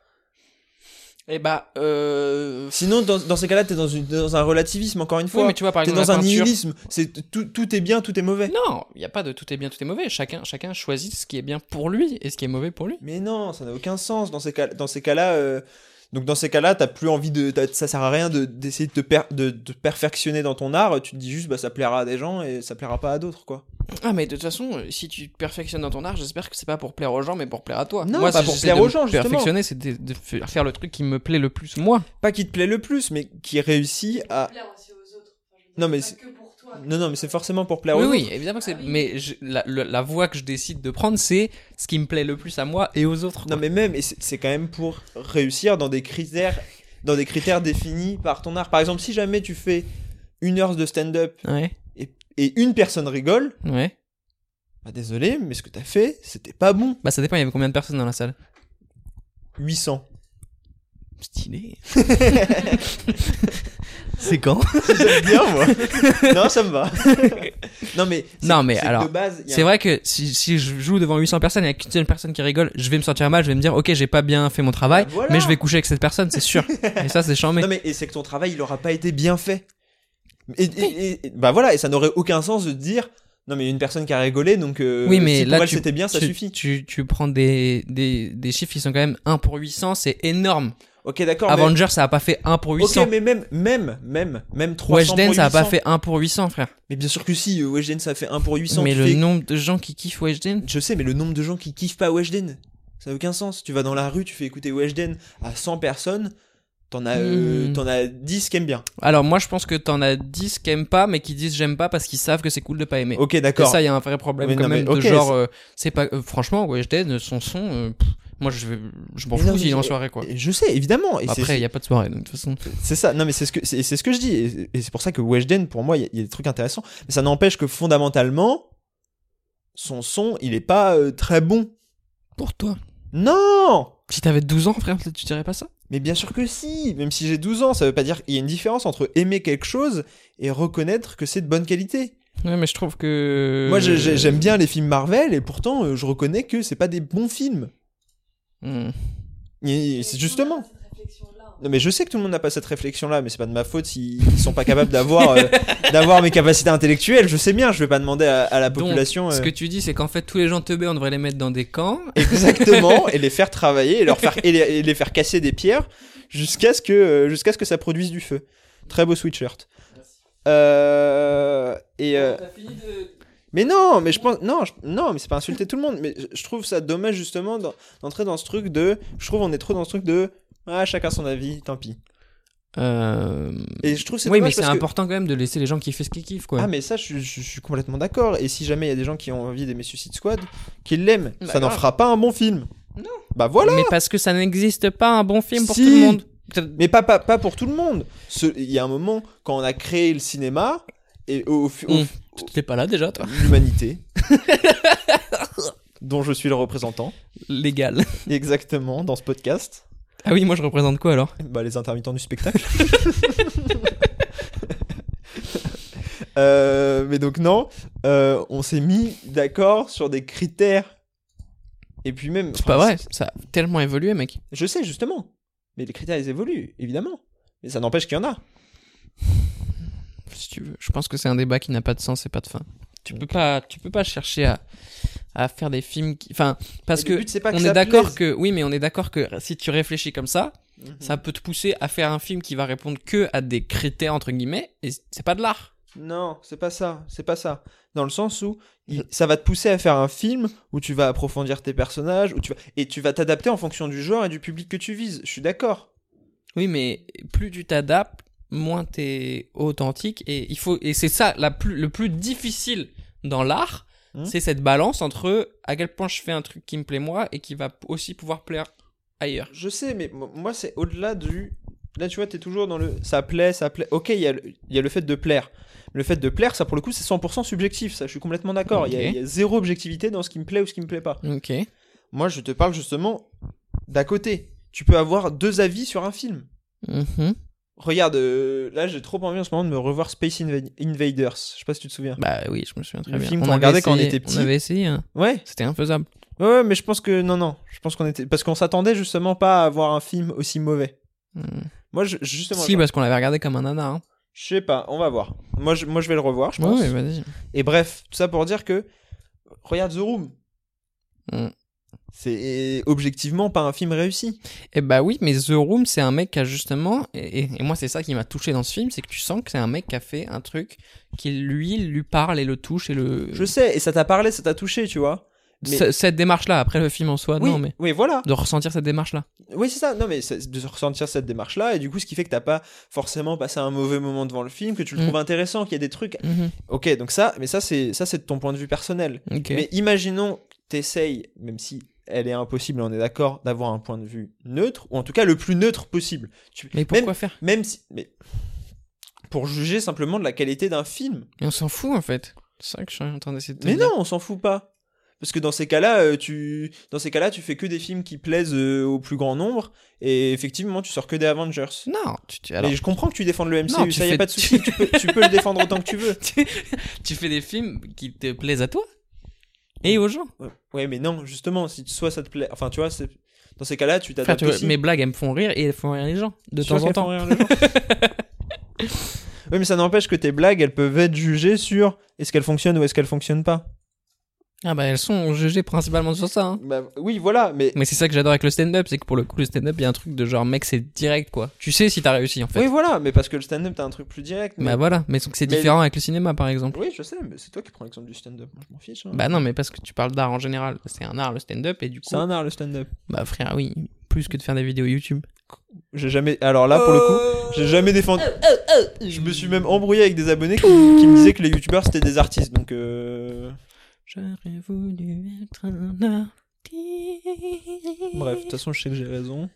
F: Et bah, euh...
E: Sinon, dans, dans ces cas-là, t'es dans, une- dans un relativisme, encore une
F: oui,
E: fois.
F: mais tu vois, par
E: t'es
F: exemple,
E: dans
F: la
E: un
F: peinture.
E: nihilisme. C'est tout, tout est bien, tout est mauvais.
F: Non, il n'y a pas de tout est bien, tout est mauvais. Chacun, chacun choisit ce qui est bien pour lui et ce qui est mauvais pour lui.
E: Mais non, ça n'a aucun sens. Dans ces cas, dans ces cas-là, euh, donc dans ces cas-là, t'as plus envie de, t'as- ça sert à rien de d'essayer de, te per- de, de perfectionner dans ton art. Tu te dis juste, bah ça plaira à des gens et ça plaira pas à d'autres, quoi.
F: Ah, mais de toute façon, euh, si tu perfectionnes dans ton art, j'espère que c'est pas pour plaire aux gens, mais pour plaire à toi.
E: Non,
F: moi,
E: pas
F: si
E: pour
F: j'essaie
E: plaire
F: de
E: aux
F: me
E: gens, justement.
F: Perfectionner, c'est de, de faire faire le truc qui me plaît le plus moi.
E: Pas qui te plaît le plus, mais qui réussit à.
G: plaire aussi aux autres. Enfin, je veux dire,
E: ah. Non, mais
G: c'est
E: c'est-
G: pas que pour toi.
E: Non, non, mais c'est forcément pour plaire
F: oui,
E: aux
F: oui, évidemment que c'est. Mais je- la, le- la voie que je décide de prendre, c'est ce qui me plaît le plus à moi et aux autres.
E: Non mais même, et c'est c'est quand même pour réussir dans des critères, dans des critères définis par ton art. Par exemple, si jamais tu fais une heure de stand-up
F: Ouais,
E: et, et une personne rigole,
F: ouais.
E: bah désolé, mais ce que t'as fait, c'était pas bon.
F: Bah, ça dépend, il y avait combien de personnes dans la salle
E: 800.
F: Stylé. C'est quand
E: J'aime bien, moi. non, ça me va. non, mais. c'est-
F: Non, mais
E: c'est que
F: alors,
E: De base, il y a
F: C'est
E: un-
F: vrai que si, si je joue devant 800 personnes et avec une seule personne qui rigole, je vais me sentir mal, je vais me dire ok j'ai pas bien fait mon travail,
E: Bah, voilà.
F: mais je vais coucher avec cette personne, c'est sûr. et ça c'est chambé.
E: Non, mais et c'est que ton travail, il aura pas été bien fait. Et, et- et- et- bah voilà, et ça n'aurait aucun sens de te dire. Non, mais une personne qui a rigolé, donc. euh,
F: Oui, mais
E: si pour
F: là,
E: elle,
F: tu-
E: c'était bien, ça
F: tu,
E: suffit.
F: Tu, tu prends des, des, des chiffres qui sont quand même 1 pour 800, c'est énorme.
E: Ok, d'accord. mais-
F: Avengers ça a pas fait 1 pour 800.
E: Ok, mais même, même, même, même 300
F: Weshden
E: pour
F: ça a pas
E: 800.
F: fait 1 pour 800 frère.
E: Mais bien sûr que si, euh, Weshden ça fait 1 pour 800.
F: mais
E: tu
F: le
E: fais-
F: nombre de gens qui kiffent Weshden,
E: Je sais, mais le nombre de gens qui kiffent pas Weshden, ça n'a aucun sens. Tu vas dans la rue, tu fais écouter Weshden à 100 personnes, t'en as, euh,
F: Hmm.
E: t'en as 10 qui aiment bien.
F: alors moi je pense que t'en as 10 qui aiment pas mais qui disent j'aime pas parce qu'ils savent que c'est cool de pas aimer.
E: Ok,
F: Et
E: Oh, d'accord.
F: ça, il y a un vrai problème
E: Mais
F: quand
E: non,
F: même
E: mais ok,
F: de genre,
E: c'est-
F: euh, c'est pas euh, franchement Weshden, son son, euh, pff, moi je vais, je m'en
E: Mais non,
F: fous s'il est
E: mais-
F: en soirée quoi.
E: Et Je sais, évidemment. Et c'est-
F: Après, il y a pas de soirée donc de toute façon.
E: C'est ça, non mais c'est ce que c'est c'est ce que je dis et, et c'est pour ça que Weshden pour moi il y, a- il y a des trucs intéressants, mais ça n'empêche que fondamentalement son son il est pas euh, très bon.
F: Pour toi,
E: Non,
F: si t'avais 12 ans frère, peut-être tu dirais pas ça.
E: mais bien sûr que si. Même si j'ai 12 ans, ça veut pas dire qu'il y a une différence entre aimer quelque chose et reconnaître que c'est de bonne qualité.
F: Ouais, mais je trouve que
E: Moi j'ai- j'ai- j'aime bien les films Marvel et pourtant euh, je reconnais que c'est pas des bons films.
F: Hmm.
E: Et- et C'est justement.
G: Cette réflexion-là, hein.
E: Non mais je sais que tout le monde n'a pas cette réflexion là, mais c'est pas de ma faute s'ils ils sont pas capables d'avoir euh, d'avoir mes capacités intellectuelles. Je sais bien, je vais pas demander à, à la
F: Donc,
E: population.
F: Ce
E: euh,
F: que tu dis, c'est qu'en fait tous les gens teubés, on devrait les mettre dans des camps.
E: Exactement, et les faire travailler, et leur faire et les, et les faire casser des pierres jusqu'à ce que euh, jusqu'à ce que ça produise du feu. Très beau sweatshirt. Euh, et euh, mais non, mais je pense non, je- non, mais c'est pas insulter tout le monde. Mais je- je trouve ça dommage justement d'en- d'entrer dans ce truc de. Je trouve on est trop dans ce truc de. Ah, chacun son avis, tant pis.
F: Euh...
E: Et je trouve c'est
F: Oui, mais
E: dommage
F: c'est
E: parce que-
F: important quand même de laisser les gens kiffer ce qu'ils kiffent quoi.
E: Ah mais ça, je, je- je suis complètement d'accord. Et si jamais il y a des gens qui ont envie d'aimer Suicide Squad, qu'ils l'aiment,
F: Bah,
E: ça n'en
F: grave.
E: fera pas un bon film. Non. Bah voilà.
F: Mais parce que ça n'existe pas un bon film pour
E: Si.
F: tout le monde.
E: Mais pas, pas, pas pour tout le monde. Ce- Il y a un moment, quand on a créé le cinéma, et au, au- au-
F: Mm. T'es pas là déjà toi.
E: l'humanité, dont je suis le représentant,
F: Légal.
E: exactement, dans ce podcast,
F: Ah oui, moi je représente quoi alors
E: bah, les intermittents du spectacle. Euh, mais donc non, euh, on s'est mis d'accord sur des critères. Et puis même...
F: C'est pas
E: enfin,
F: vrai, ça a tellement évolué, mec.
E: Je sais, justement. Mais les critères, ils évoluent, évidemment. Mais ça n'empêche qu'il y en a.
F: si tu veux. Je pense que c'est un débat qui n'a pas de sens et pas de fin. Tu peux pas, tu peux pas chercher à, à faire des films qui, enfin, parce
E: Et le
F: que
E: but, c'est pas que
F: on est
E: ça
F: d'accord
E: plaise.
F: que, oui, mais on est d'accord que si tu réfléchis comme ça,
E: Mhm.
F: ça peut te pousser à faire un film qui va répondre que à des critères entre guillemets, et c'est pas de l'art.
E: Non, c'est pas ça, c'est pas ça. Dans le sens où il- ça va te pousser à faire un film où tu vas approfondir tes personnages, où tu vas et tu vas t'adapter en fonction du genre et du public que tu vises. Je suis d'accord.
F: Oui, mais plus tu t'adaptes, moins t'es authentique, et il faut, et c'est ça la plus, le plus difficile dans l'art.
E: Mhm.
F: C'est cette balance entre à quel point je fais un truc qui me plaît moi et qui va aussi pouvoir plaire ailleurs.
E: Je sais, mais mo- moi c'est au-delà du. Là, tu vois, t'es toujours dans le ça plaît, ça plaît. Ok, il y, a le- il y a le fait de plaire. Le fait de plaire, ça pour le coup, c'est 100% subjectif. Ça, je suis complètement d'accord. Il y a-
F: Ok.
E: il y, a zéro objectivité dans ce qui me plaît ou ce qui me plaît pas.
F: Ok.
E: Moi, je te parle justement d'à côté. Tu peux avoir deux avis sur un film.
F: Mhm.
E: Regarde, euh, là j'ai trop envie en ce moment de me revoir Space Invad- Invaders. Je sais pas si tu te souviens.
F: Bah oui, je me souviens très
E: Le
F: bien.
E: film
F: on
E: qu'on
F: avait
E: regardait quand on
F: essayé-
E: était petit.
F: On avait essayé, hein.
E: Ouais,
F: c'était infaisable.
E: ouais, ouais, mais je pense que non, non. Je pense qu'on était. Parce qu'on s'attendait justement pas à avoir un film aussi mauvais.
F: Hmm.
E: Moi, je- justement.
F: Si, parce qu'on l'avait regardé comme un nana. Hein.
E: Je sais pas, on va voir. Moi je, moi, je vais le revoir, je
F: Ouais,
E: pense.
F: ouais, vas-y.
E: Et bref, tout ça pour dire que. Regarde The Room.
F: Mm.
E: C'est objectivement pas un film réussi.
F: Et bah oui, mais The Room, c'est un mec qui a justement. Et, et- et moi, c'est ça qui m'a touché dans ce film, c'est que tu sens que c'est un mec qui a fait un truc qui lui, lui parle et le touche et le.
E: Je sais, et ça t'a parlé, ça t'a touché, tu vois. mais-
F: Ce- Cette démarche-là, après le film en soi,
E: oui,
F: Ah non, mais.
E: oui, voilà.
F: De ressentir cette démarche-là.
E: Oui, c'est ça. Non, mais c'est de ressentir cette démarche-là, et du coup, ce qui fait que t'as pas forcément passé un mauvais moment devant le film, que tu le
F: Mm.
E: trouves intéressant, qu'il y a des trucs.
F: Mhm.
E: Ok, donc ça, mais ça, c'est ça, c'est de ton point de vue personnel.
F: Ok.
E: Mais imaginons que t'essayes, même si elle est impossible, on est d'accord, d'avoir un point de vue neutre, ou en tout cas le plus neutre possible. Tu-
F: Mais
E: même,
F: pourquoi faire
E: même si, mais pour juger simplement de la qualité d'un film.
F: Mais on s'en fout en fait. C'est ça que je suis en train d'essayer de te
E: Mais
F: dire.
E: non, on s'en fout pas. parce que dans ces cas-là, euh, tu dans ces cas-là, tu fais que des films qui plaisent euh, au plus grand nombre et effectivement, tu sors que des Avengers.
F: Non, tu, tu- alors,
E: Mais je comprends que tu défends le MCU,
F: Non, tu
E: ça y a
F: fais-
E: pas de souci, tu, peux, tu peux le défendre autant que tu veux.
F: tu fais des films qui te plaisent à toi et aux gens.
E: Ouais, Ouais, mais non, justement, si tu- soit ça te plaît, enfin tu vois, c'est dans ces cas-là, tu
F: Frère,
E: t'adaptes
F: tu vois,
E: aussi.
F: mes blagues, elles me font rire et elles font rire les gens de
E: Tu vois
F: temps en
E: qu'elles font rire
F: temps.
E: les gens. oui, mais ça n'empêche que tes blagues, elles peuvent être jugées sur est-ce qu'elles fonctionnent ou est-ce qu'elles fonctionnent pas.
F: Ah bah elles sont jugées principalement sur ça. hein.
E: Bah oui, voilà, mais
F: Mais c'est ça que j'adore avec le stand-up, c'est que pour le coup, le stand-up, il y a un truc de genre, mec, c'est direct quoi. Tu sais si t'as réussi en fait.
E: oui, voilà, mais parce que le stand-up t'as un truc plus direct. Mais...
F: Bah voilà, mais c'est que c'est
E: Mais-
F: différent avec le cinéma par exemple.
E: Oui, je sais, mais c'est toi qui prends l'exemple du stand-up, moi je m'en fiche. hein.
F: Bah non, mais parce que tu parles d'art en général. C'est un art le stand-up et du coup.
E: c'est un art le stand-up.
F: Bah frère, oui, plus que de faire des vidéos YouTube.
E: J'ai jamais, alors là pour le coup,
F: Euh.
E: j'ai jamais défendu. Je me suis même embrouillé avec des abonnés qui, qui me disaient que les youtubeurs c'était des artistes, donc. euh,
F: J'aurais voulu être un artiste.
E: Bref, de toute façon, je sais que j'ai raison.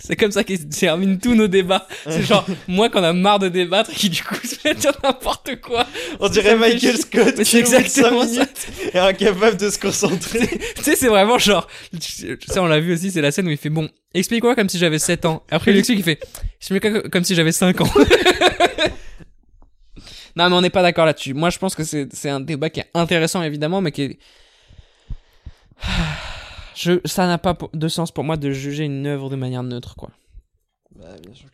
F: C'est comme ça qu'ils se terminent tous nos débats. C'est genre, moi qu'on a marre de débattre et qui du coup se met à dire n'importe quoi.
E: On
F: Ça
E: dirait
F: me fait
E: Michael
F: chier.
E: Scott
F: Mais
E: qui
F: c'est
E: au bout de
F: exactement
E: cinq
F: ça.
E: est incapable de se concentrer.
F: Tu sais, c'est vraiment genre, ça on l'a vu aussi, c'est la scène où il fait bon, explique-moi comme si j'avais 7 ans. Après, il explique, il fait, explique-moi co- comme si j'avais 5 ans. non, mais on n'est pas d'accord là-dessus. Moi, je pense que c'est c'est un débat qui est intéressant, évidemment, mais qui est. Je, ça n'a pas po- de sens pour moi de juger une œuvre de manière neutre, quoi.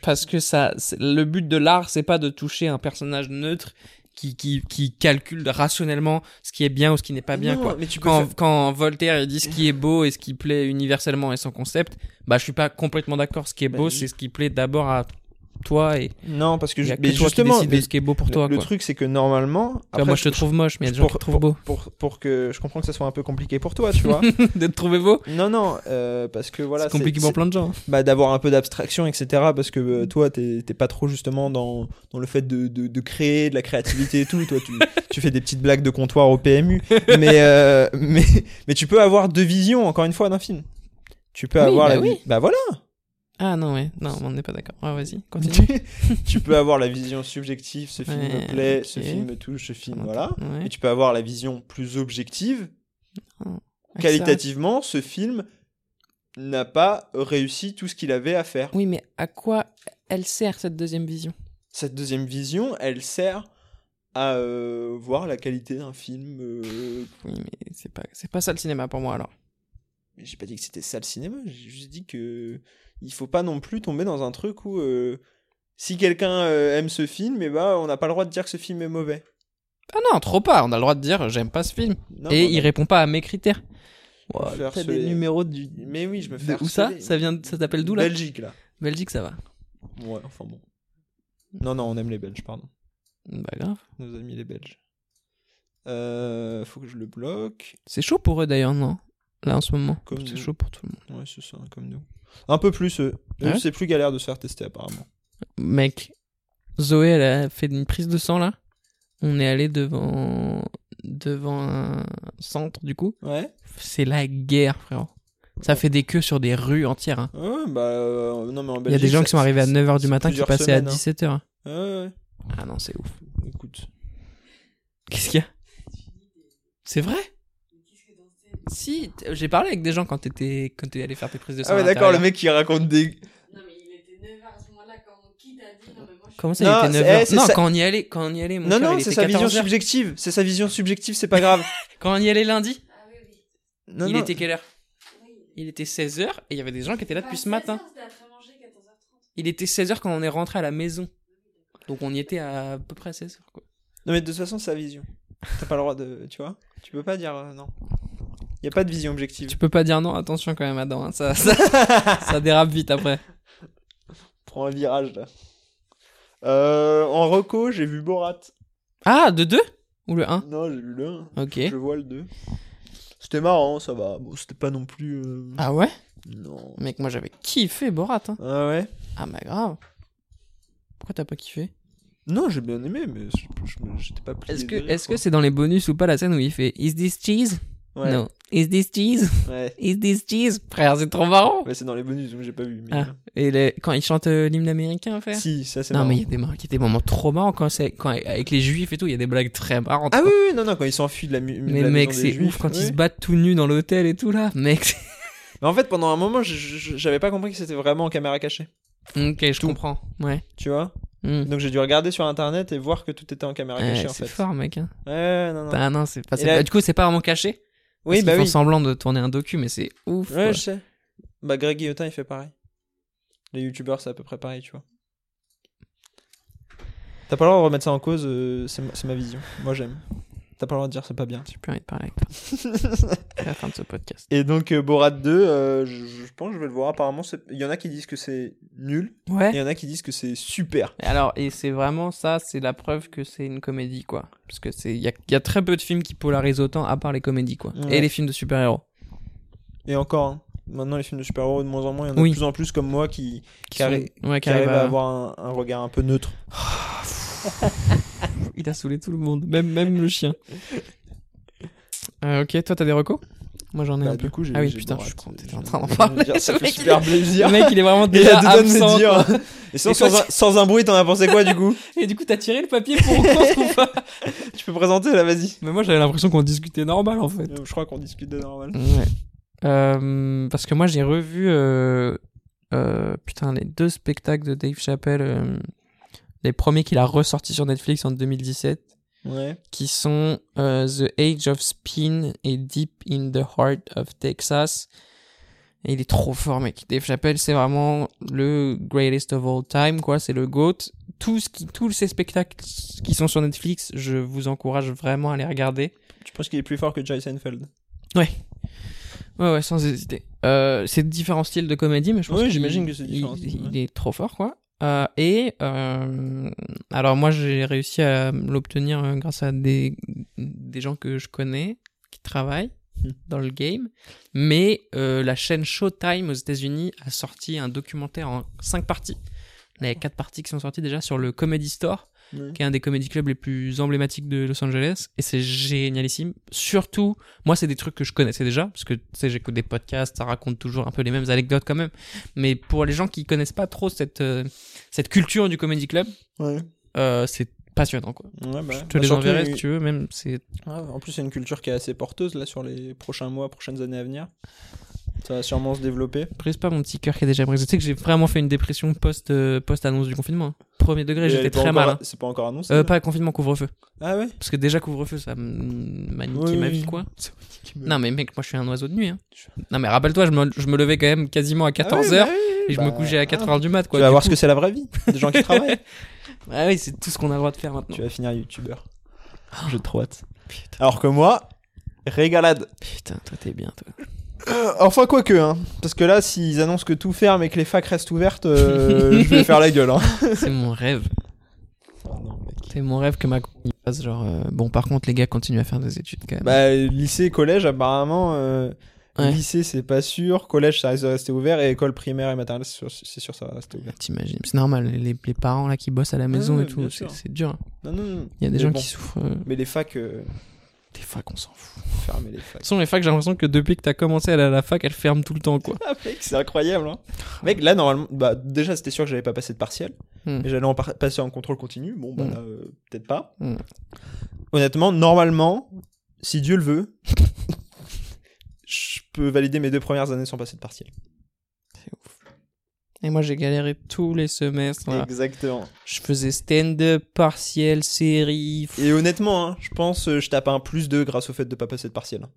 F: Parce que ça, c'est- le but de l'art, c'est pas de toucher un personnage neutre qui, qui, qui calcule rationnellement ce qui est bien ou ce qui n'est pas bien,
E: Non,
F: quoi
E: Mais tu peux
F: quand,
E: faire-
F: quand Voltaire il dit ce qui est beau et ce qui plaît universellement et son concept, bah je suis pas complètement d'accord. Ce qui est
E: Bah,
F: beau,
E: je-
F: c'est ce qui plaît d'abord à toi et
E: Non, parce que
F: il y
E: je-
F: a que
E: mais
F: toi qui
E: justement,
F: décides
E: mais
F: de ce qui est beau pour
E: le-
F: toi.
E: le
F: quoi.
E: truc c'est que normalement,
F: Tu vois, moi je te trouve moche, mais il y a des gens qui te trouvent beau.
E: Pour, pour que je comprends que ça soit un peu compliqué pour toi, tu vois.
F: de te trouver beau,
E: non, non, euh, parce que voilà,
F: c'est compliqué pour plein de gens.
E: c'est- bah, d'avoir un peu d'abstraction, etc. Parce que euh, toi, t'es t'es pas trop justement dans, dans le fait de, de, de créer, de la créativité et tout. toi, tu, tu fais des petites blagues de comptoir au PMU, mais euh, mais mais tu peux avoir deux visions encore une fois d'un film. Tu peux
F: Oui,
E: avoir
F: bah
E: la vi-
F: oui.
E: bah voilà.
F: Ah non ouais, non on n'est pas d'accord. Ouais, vas-y, continue.
E: tu peux avoir la vision subjective, ce film
F: Ouais,
E: me plaît, ce
F: ok.
E: film me touche, ce film,
F: Ouais.
E: voilà.
F: Ouais.
E: Et tu peux avoir la vision plus objective.
F: Ah,
E: Qualitativement, ce film n'a pas réussi tout ce qu'il avait à faire.
F: ça- Oui mais à quoi elle sert cette deuxième vision
E: Cette deuxième vision, elle sert à euh, voir la qualité d'un film. euh,
F: Oui mais c'est pas c'est pas ça le cinéma pour moi alors.
E: mais J'ai pas dit que c'était ça le cinéma, j'ai juste dit que il faut pas non plus tomber dans un truc où euh, si quelqu'un euh, aime ce film, eh ben, on n'a pas le droit de dire que ce film est mauvais.
F: Ah non trop pas, on a le droit de dire j'aime pas ce film
E: Non,
F: et
E: mais-
F: il répond pas à mes critères.
E: me
F: Ouah,
E: fais
F: T'as
E: harceler.
F: des numéros du
E: Mais oui, je me fais
F: De où ça
E: harceler.
F: Ça vient, ça t'appelle d'où là
E: Belgique, là.
F: Belgique, ça va.
E: Ouais, enfin bon. Non, non, on aime les Belges, pardon.
F: Bah grave.
E: Nos amis les Belges. Euh, faut que je le bloque.
F: C'est chaud pour eux d'ailleurs, non Là en ce moment,
E: Comme
F: c'est
E: nous.
F: chaud pour tout le monde.
E: Ouais, c'est ça, comme nous. Un peu plus, eux. Eux,
F: Ouais.
E: c'est plus galère de se faire tester, apparemment.
F: Mec, Zoé, elle a fait une prise de sang là. On est allé devant devant un centre du coup.
E: Ouais.
F: C'est la guerre, frérot. Ça fait des queues sur des rues entières. hein.
E: Ouais, bah, euh, non, mais en
F: Il y a
E: Belgique.
F: des gens
E: ça-
F: qui sont arrivés à
E: c'est-
F: 9h du
E: c'est
F: matin qui
E: plusieurs
F: passaient
E: semaines,
F: à
E: hein.
F: 17h.
E: Ouais, ouais.
F: Ah non, c'est ouf.
E: Écoute.
F: Qu'est-ce qu'il y a C'est vrai Si, t- j'ai parlé avec des gens quand t'étais quand t'es allé faire tes prises de sang.
E: Ah,
F: à
E: ouais, d'accord, le
F: l'intérieur.
E: mec qui raconte des.
G: Non, mais il était 9h à ce moment-là quand on quitte à dire. Non, mais moi, je suis
F: Comment ça,
E: Non,
F: il
E: c'est-
F: était 9h
E: eh, c'est
F: Non,
E: ça-
F: quand on y allait, quand on y allait, mon
E: Non,
F: cœur,
E: non,
F: il
E: c'est
F: était
E: sa vision
F: 14 heures.
E: subjective. C'est sa vision subjective, c'est pas grave.
F: Quand on y allait lundi,
G: Ah oui, oui.
E: Non,
F: il
E: non.
F: était quelle heure
G: oui.
F: Il était 16h et il y avait des gens qui étaient là depuis ce
G: Bah,
F: matin.
G: 16h, C'était après manger, 14h30.
F: Il était 16h quand on est rentré à la maison. Donc on y était à, peu près 16h quoi.
E: Non, mais de toute façon, c'est sa vision. T'as pas le droit de. Tu vois Tu peux pas dire euh, non. Y a pas de vision objective.
F: Tu peux pas dire non, attention quand même Adam, hein, ça, ça, ça dérape vite après.
E: Prends un virage là. Euh, en reco, j'ai vu Borat.
F: Ah, de 2 Ou le 1
E: Non, j'ai vu le 1.
F: Hein Ok.
E: Je vois le 2. C'était marrant, ça va. Bon, c'était pas non plus. euh,
F: Ah ouais
E: Non.
F: Mec, moi j'avais kiffé Borat. hein.
E: Ah ouais
F: Ah bah grave. Pourquoi t'as pas kiffé
E: Non, j'ai bien aimé, mais je- je- j'étais pas plus.
F: Est-ce que est-ce que c'est dans les bonus ou pas la scène où il fait Is this cheese
E: Ouais.
F: Non. Is this cheese?
E: Ouais.
F: Is this cheese? Frère, c'est trop marrant.
E: Mais c'est dans les bonus, donc j'ai pas vu. mais-
F: Ah. Et les- quand ils chantent euh, l'hymne américain, frère.
E: Si, ça c'est
F: non,
E: marrant.
F: mais il y a des marrants- il y a des moments trop marrants quand c'est, quand avec les juifs et tout, il y a des blagues très marrantes.
E: Ah
F: quoi.
E: oui, oui, non, non, quand ils s'enfuient de la mu- de
F: Mais
E: la
F: mec,
E: maison
F: c'est
E: des
F: ouf
E: Juifs,
F: quand ils
E: ouais.
F: se battent tout nus dans l'hôtel et tout là. Mec, c'est-
E: Mais en fait, pendant un moment, je- je- j'avais pas compris que c'était vraiment en caméra cachée.
F: ok, je
E: Tout.
F: comprends. Ouais.
E: Tu vois
F: Hmm.
E: Donc j'ai dû regarder sur internet et voir que tout était en caméra
F: Ouais,
E: cachée en
F: c'est
E: fait.
F: fort, mec. hein.
E: Ouais, non, non.
F: Ah non, c'est pas. c'est
E: là-
F: pas- Du coup, c'est pas vraiment caché.
E: oui,
F: parce
E: bah
F: qu'ils font
E: oui.
F: semblant de tourner un docu, mais c'est ouf.
E: Ouais,
F: quoi.
E: je sais. Bah Greg Guillotin, il fait pareil. Les youtubeurs, c'est à peu près pareil, tu vois. T'as pas le droit de remettre ça en cause, euh, c'est ma, c'est ma vision. Moi j'aime. T'as pas le droit de dire c'est pas bien.
F: J'ai plus envie de parler avec toi. C'est la fin de ce podcast.
E: Et donc euh, Borat 2, euh, je, je pense que je vais le voir. Apparemment, c'est- il y en a qui disent que c'est nul, et il
F: Ouais.
E: y en a qui disent que c'est super.
F: Alors, et c'est vraiment ça, c'est la preuve que c'est une comédie, quoi. Parce que c'est, il y a, y a très peu de films qui polarisent autant, à part les comédies, quoi.
E: Ouais.
F: Et les films de super-héros.
E: Et encore, hein, maintenant les films de super-héros, de moins en moins, il y en a
F: Oui.
E: de plus en plus comme moi qui,
F: Qui
E: qui arri-
F: sont- ouais,
E: qui arrivent à avoir un, un regard un peu neutre.
F: Il a saoulé tout le monde, même, même le chien. Euh, ok, toi t'as des recos Moi j'en ai
E: Bah,
F: un peu.
E: du coup, j'ai-
F: ah oui,
E: j'ai
F: putain,
E: Borat.
F: je compte. T'étais
E: Je-
F: en train d'en
E: je-
F: parler.
E: je- Ça
F: le
E: fait
F: mec, il
E: super
F: est-
E: plaisir.
F: Le mec il est vraiment
E: Et
F: déjà
E: à deux doigts de
F: absent.
E: me dire.
F: quoi.
E: Et sans,
F: Et toi,
E: sans, un, sans un bruit, t'en as pensé quoi du coup
F: Et du coup t'as tiré le papier pour ou contre ou pas
E: Tu peux présenter là, vas-y.
F: Mais moi j'avais l'impression qu'on discutait normal en fait.
E: Euh, Je crois qu'on discute de normal.
F: Ouais. Euh, parce que moi, j'ai revu euh, euh, putain, les deux spectacles de Dave Chappelle, euh, les premiers qu'il a ressortis sur Netflix en 2017,
E: Ouais.
F: qui sont euh, The Age of Spin et Deep in the Heart of Texas. Et il est trop fort, mec. Dave Chappelle, c'est vraiment le greatest of all time, quoi. C'est le GOAT. Tout ce qui, tous ces spectacles qui sont sur Netflix, je vous encourage vraiment à les regarder.
E: Je pense qu'il est plus fort que Jay Seinfeld.
F: Ouais, ouais, sans hésiter. Euh, c'est différents styles de comédie, mais je pense
E: Oui,
F: qu'il-
E: j'imagine que c'est différent,
F: Il, il
E: ouais.
F: est trop fort, quoi. Euh, et euh, alors moi j'ai réussi à l'obtenir euh, grâce à des, des gens que je connais qui travaillent
E: Hmm.
F: dans le game. Mais euh, la chaîne Showtime aux États-Unis a sorti un documentaire en cinq parties. Il y a quatre parties qui sont sorties déjà sur le Comedy Store qui est un des comedy clubs les plus emblématiques de Los Angeles et c'est génialissime surtout moi c'est des trucs que je connaissais déjà parce que tu sais j'écoute des podcasts ça raconte toujours un peu les mêmes anecdotes quand même mais pour les gens qui connaissent pas trop cette euh, cette culture du comedy club
E: Ouais.
F: euh, c'est passionnant quoi
E: Ouais, bah,
F: je te
E: bah,
F: les
E: surtout,
F: enverrai
E: il-
F: si tu veux même c'est
E: Ouais, en plus, c'est une culture qui est assez porteuse là sur les prochains mois, prochaines années à venir. Ça va sûrement se développer.
F: brise pas mon petit cœur qui est déjà brisé tu sais que j'ai vraiment fait une dépression post post annonce du confinement hein. premier degré
E: Et elle
F: j'étais
E: est pas
F: très
E: encore-
F: mal hein.
E: C'est pas encore annoncé.
F: Euh,
E: là
F: pas confinement couvre-feu
E: Ah ouais
F: parce que déjà couvre-feu ça m- m'a niqué
E: Oui,
F: ma
E: oui.
F: vie quoi
E: me- Ah
F: non mais mec moi je suis un oiseau de nuit hein. non mais rappelle-toi je me, je me levais quand même quasiment à 14h
E: Ah ouais, bah oui,
F: et je me
E: bah,
F: couchais à 4h du mat
E: tu
F: quoi
E: vas
F: Du
E: voir
F: coup-
E: ce que c'est la vraie vie des gens qui travaillent.
F: ah oui c'est tout ce qu'on a le droit de faire maintenant
E: Tu vas finir youtubeur.
F: Oh.
E: J'ai trop hâte. Alors que moi, régalade.
F: putain toi t'es bien toi
E: Enfin, quoique, hein. Parce que là, s'ils annoncent que tout ferme et que les facs restent ouvertes, euh, je vais faire la gueule, hein.
F: c'est mon rêve
E: Oh
F: c'est mon rêve que ma il passe genre euh, bon par contre les gars continuent à faire des études quand même
E: Bah, lycée, collège, apparemment. euh,
F: Ouais.
E: Lycée, c'est pas sûr. Collège, ça risque de rester ouvert. Et école primaire et maternelle, c'est sûr, c'est sûr, ça va rester ouvert.
F: t'imagines c'est normal les, les parents là qui bossent à la maison
E: ouais,
F: et tout
E: bien
F: c'est
E: sûr.
F: c'est dur hein.
E: Non, non, non.
F: il y a des
E: Mais
F: gens
E: bon.
F: qui souffrent euh,
E: Mais les facs, euh,
F: des facs on s'en fout de
E: fermer les facs.
F: toute façon les facs j'ai l'impression que depuis que t'as commencé à aller à la fac elles ferment tout le temps quoi
E: Ah, mec, c'est incroyable, hein. Mec, là, normalement, bah, déjà, c'était sûr que j'avais pas passé de partiel.
F: Hmm.
E: Et j'allais en par- passer en contrôle continu. Bon, bah,
F: Hmm.
E: là, euh, peut-être pas.
F: Hmm.
E: Honnêtement, normalement, si Dieu le veut, je peux valider mes deux premières années sans passer de partiel.
F: et moi j'ai galéré tous les semestres là.
E: Exactement.
F: Je faisais stand-up, partiel, série. f-
E: Et honnêtement, hein, je pense euh, je tape un plus 2 grâce au fait de pas passer de partiel. hein.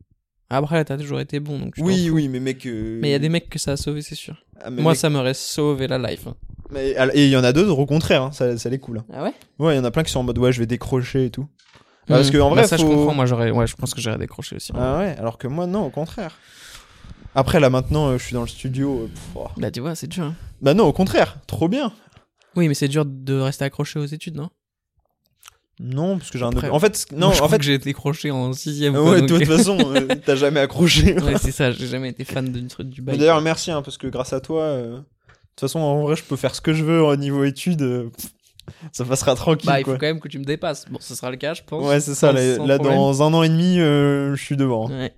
F: Après, là, t'as toujours été bon, donc tu t'en
E: Oui,
F: fous.
E: oui, mais mec. euh,
F: Mais il y a des mecs que ça a sauvé, c'est sûr.
E: ah, mais
F: Moi,
E: mec-
F: ça m'aurait sauvé la life. hein.
E: mais- ah, et il y en a d'autres, au contraire, hein, ça, ça les coule. hein.
F: Ah ouais
E: Ouais, il y en a plein qui sont en mode ouais, je vais décrocher et tout. Bah, parce que, en vrai,
F: ça, je
E: faut-
F: comprends. Moi, j'aurais... Ouais, je pense que j'aurais décroché aussi.
E: Ah ouais, alors que moi, non, au contraire. Après, là, maintenant, euh, je suis dans le studio. euh, pff, oh.
F: Bah, tu vois, c'est dur. hein.
E: Bah non, au contraire, trop bien.
F: Oui, mais c'est dur de rester accroché aux études, non
E: Non, parce que j'ai un.
F: Après-
E: En fait, c- non,
F: Moi, je
E: en
F: crois
E: fait.
F: que j'ai décroché en 6ème.
E: Ouais, toi, de toute façon, euh, t'as jamais accroché.
F: ouais, Bah, c'est ça, j'ai jamais été fan d'une truc du
E: Mais
F: bail.
E: D'ailleurs, merci, hein, parce que grâce à toi, euh, de toute façon, en vrai, je peux faire ce que je veux au niveau études. euh, pff, ça passera tranquille,
F: Bah, il faut
E: quoi.
F: quand même que tu me dépasses. Bon, ce sera le cas, je pense.
E: Ouais, c'est ça.
F: sans-
E: là,
F: sans
E: là,
F: problème.
E: dans un an et demi, euh, je suis devant.
F: Ouais.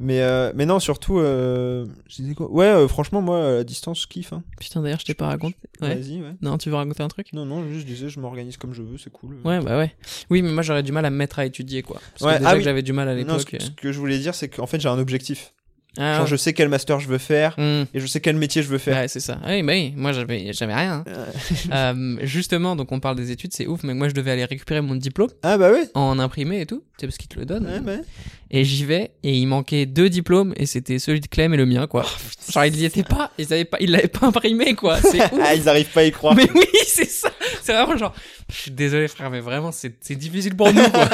E: Mais, euh, mais non, surtout, euh, je disais quoi Ouais, euh, franchement, moi, à la distance, je kiffe. hein.
F: Putain, d'ailleurs, je t'ai pas raconté. Ouais.
E: Vas-y, ouais.
F: Non, tu veux raconter un truc
E: Non, non, juste, je disais, je m'organise comme je veux, c'est cool.
F: Ouais, bah ouais. Oui, mais moi, j'aurais du mal à me mettre à étudier, quoi. Parce
E: Ouais,
F: que déjà
E: ah
F: que
E: oui.
F: j'avais du mal à
E: Non, ce,
F: l'époque. euh.
E: que- ce que je voulais dire, c'est qu'en fait, j'ai un objectif.
F: Ah,
E: Genre, je sais quel master je veux faire
F: hmm.
E: et je sais quel métier je veux faire.
F: Ouais, c'est ça. Oui, bah oui, moi j'avais j'avais rien. hein. Euh, justement, donc on parle des études, c'est ouf, mais moi je devais aller récupérer mon diplôme
E: Ah, bah ouais.
F: en imprimé et tout, c'est parce qu'ils te le donnent.
E: Ouais, bah ouais.
F: Et j'y vais et il manquait deux diplômes et c'était celui de Clem et le mien quoi. Genre ils y étaient pas, ils avaient pas, ils l'avaient pas imprimé quoi. C'est ouf.
E: Ah, ils arrivent pas à y croire.
F: Mais oui, c'est ça. C'est vraiment genre, je suis désolé frère, mais vraiment c'est c'est difficile pour nous quoi.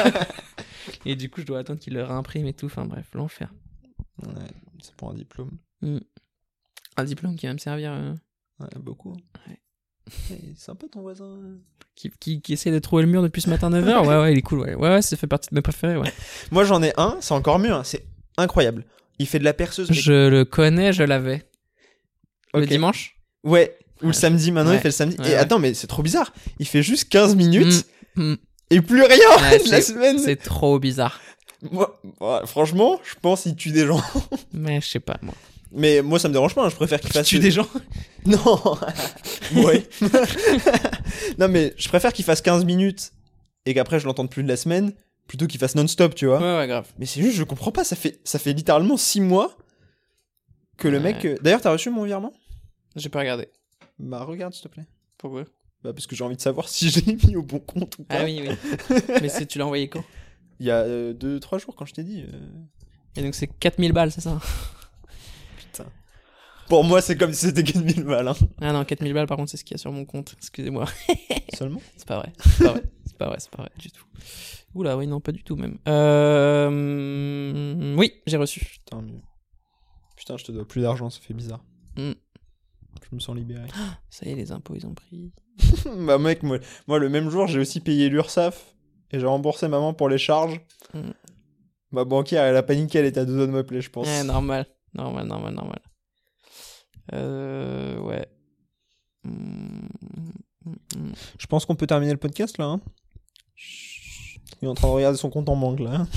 F: et du coup je dois attendre qu'ils le réimpriment et tout. Enfin bref, l'enfer.
E: Ouais, c'est pour un diplôme.
F: Un diplôme qui va me servir, euh,
E: Ouais, beaucoup. hein.
F: Ouais.
E: Ouais, sympa ton voisin. hein.
F: qui, qui, qui essaie de trouver le mur depuis ce matin 9h. Ouais ouais, il est cool. Ouais ouais, ouais ça fait partie de mes préférés. Ouais.
E: Moi, j'en ai un, c'est encore mieux, hein, c'est incroyable. Il fait de la perceuse. mais-
F: Je le connais, je l'avais. Le
E: Ok.
F: dimanche.
E: Ouais, ou
F: Ouais.
E: le samedi, maintenant
F: Ouais.
E: il fait le samedi.
F: Ouais,
E: et
F: ouais.
E: attends, mais c'est trop bizarre. Il fait juste 15 minutes
F: Mm, mm.
E: et plus rien
F: Ouais,
E: de la
F: c'est-
E: semaine.
F: C'est trop bizarre.
E: Moi, moi, franchement, je pense qu'il tue des gens.
F: Mais je sais pas moi.
E: Mais moi, ça me dérange pas, hein, je préfère qu'il
F: Tu
E: fasse.
F: tues des gens.
E: Non Ouais. non, mais je préfère qu'il fasse 15 minutes et qu'après je l'entende plus de la semaine plutôt qu'il fasse non-stop, tu vois.
F: Ouais ouais grave.
E: Mais c'est juste, je comprends pas, ça fait, ça fait littéralement 6 mois que le
F: Ouais.
E: mec. euh, D'ailleurs, t'as reçu mon virement
F: J'ai pas regardé.
E: Bah, regarde, s'il te plaît.
F: Pourquoi
E: Bah, parce que j'ai envie de savoir si je l'ai mis au bon compte ou pas.
F: Ah oui, oui. Mais c'est- tu l'as envoyé quand
E: Il y a 2-3 jours quand je t'ai dit. euh,
F: Et donc c'est 4000 balles, c'est ça
E: Pour moi, c'est comme si c'était 4000 balles. Hein.
F: Ah non, 4000 balles par contre, c'est ce qu'il y a sur mon compte. Excusez-moi.
E: Seulement
F: C'est pas vrai. C'est pas vrai. C'est pas vrai, c'est pas vrai du tout. Oula, oui, non, pas du tout même. Euh... Oui, j'ai reçu.
E: Putain, mais- Putain, je te dois plus d'argent, ça fait bizarre.
F: Mm.
E: Je me sens libéré.
F: Ça y est, les impôts, ils ont pris.
E: bah, mec, moi, moi, le même jour, j'ai aussi payé l'URSAF et j'ai remboursé maman pour les charges.
F: Mm.
E: Ma banquière, elle a paniqué, elle était à deux doigts de me plaire, je pense.
F: Ouais, Eh, normal. Normal, normal, normal. Euh... Ouais. Mm, mm, mm.
E: Je pense qu'on peut terminer le podcast là. hein. Il est en train de regarder son compte en banque là. hein.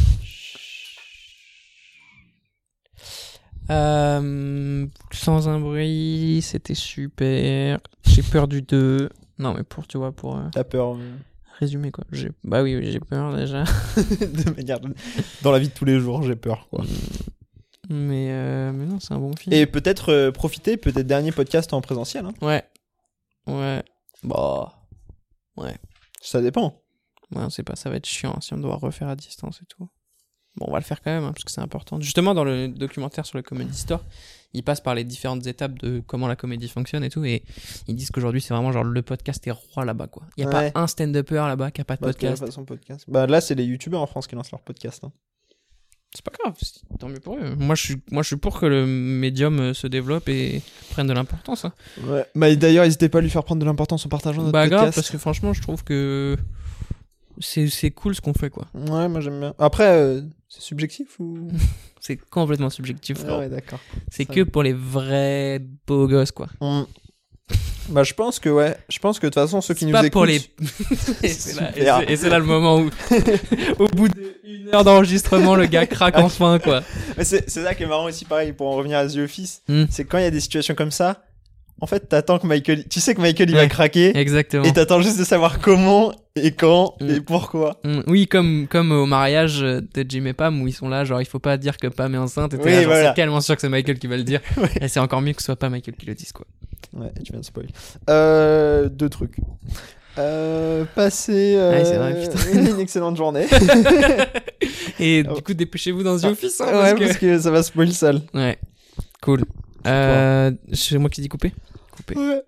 F: Euh, sans un bruit, c'était super. J'ai peur du 2. Non, mais pour, tu vois, pour euh,
E: T'as peur euh,
F: résumer, quoi. J'ai- Bah oui, oui, j'ai peur déjà.
E: de manière. Dans la vie de tous les jours, j'ai peur quoi.
F: Mais, euh, mais non, c'est un bon film.
E: Et peut-être euh, profiter, peut-être dernier podcast en présentiel. hein.
F: Ouais. Ouais. Bah.
E: Ça dépend.
F: Ouais, on sait pas, ça va être chiant hein, si on doit refaire à distance et tout. Bon, on va le faire quand même, hein, parce que c'est important. Justement, dans le documentaire sur le Comedy Store, ils passent par les différentes étapes de comment la comédie fonctionne et tout, et ils disent qu'aujourd'hui, c'est vraiment genre le podcast est roi là-bas, quoi. Il y a
E: Ouais.
F: pas un stand-upper là-bas qui a pas de
E: Bah, de quelle
F: podcast.
E: façon, podcast. Bah, là, c'est les youtubeurs en France qui lancent leur podcast. hein.
F: C'est pas grave, c'est- tant mieux pour eux. Moi, je suis, moi, je suis pour que le médium euh, se développe et prenne de l'importance. hein.
E: Bah, d'ailleurs, n'hésitez pas à lui faire prendre de l'importance en partageant notre
F: Bah, grave,
E: podcast.
F: parce que franchement, je trouve que c'est c'est cool ce qu'on fait, quoi.
E: Ouais, moi j'aime bien. Après, euh, c'est subjectif ou.
F: C'est complètement subjectif, frérot.
E: Ah ouais, d'accord.
F: C'est
E: Ça
F: que
E: va.
F: pour les vrais beaux gosses, quoi.
E: Hmm. Bah, je pense que, ouais. Je pense que de toute façon, ceux qui
F: C'est
E: nous
F: pas
E: écoutent.
F: pour les. et c'est là, et
E: Super.
F: c'est- et c'est là le moment où, au bout d'une heure d'enregistrement, le gars craque enfin, quoi.
E: Mais c'est c'est ça qui est marrant aussi, pareil, pour en revenir à The Office.
F: Hmm.
E: C'est quand il y a des situations comme ça, en fait, t'attends que Michael. Tu sais que Michael, il va
F: Ouais.
E: craquer.
F: Exactement.
E: Et t'attends juste de savoir comment et quand
F: Mm.
E: et pourquoi.
F: Mm, Oui, comme, comme au mariage euh, de Jim et Pam, où ils sont là, genre, il faut pas dire que Pam est enceinte, et t'es
E: Oui,
F: là, genre,
E: voilà.
F: c'est tellement sûr que c'est Michael qui va le dire.
E: Ouais.
F: Et c'est encore mieux que ce soit pas Michael qui le dise, quoi.
E: Ouais, tu viens de spoil. Euh, deux trucs. Euh, passez euh,
F: Ouais, c'est vrai, putain.
E: une excellente journée.
F: Et
E: Ah ouais.
F: du coup, dépêchez-vous dans The
E: Ah.
F: Office, hein,
E: ouais,
F: parce que-
E: parce que ça va spoil sale.
F: Ouais. Cool. Euh, c'est moi qui dis couper? Couper.
E: Ouais.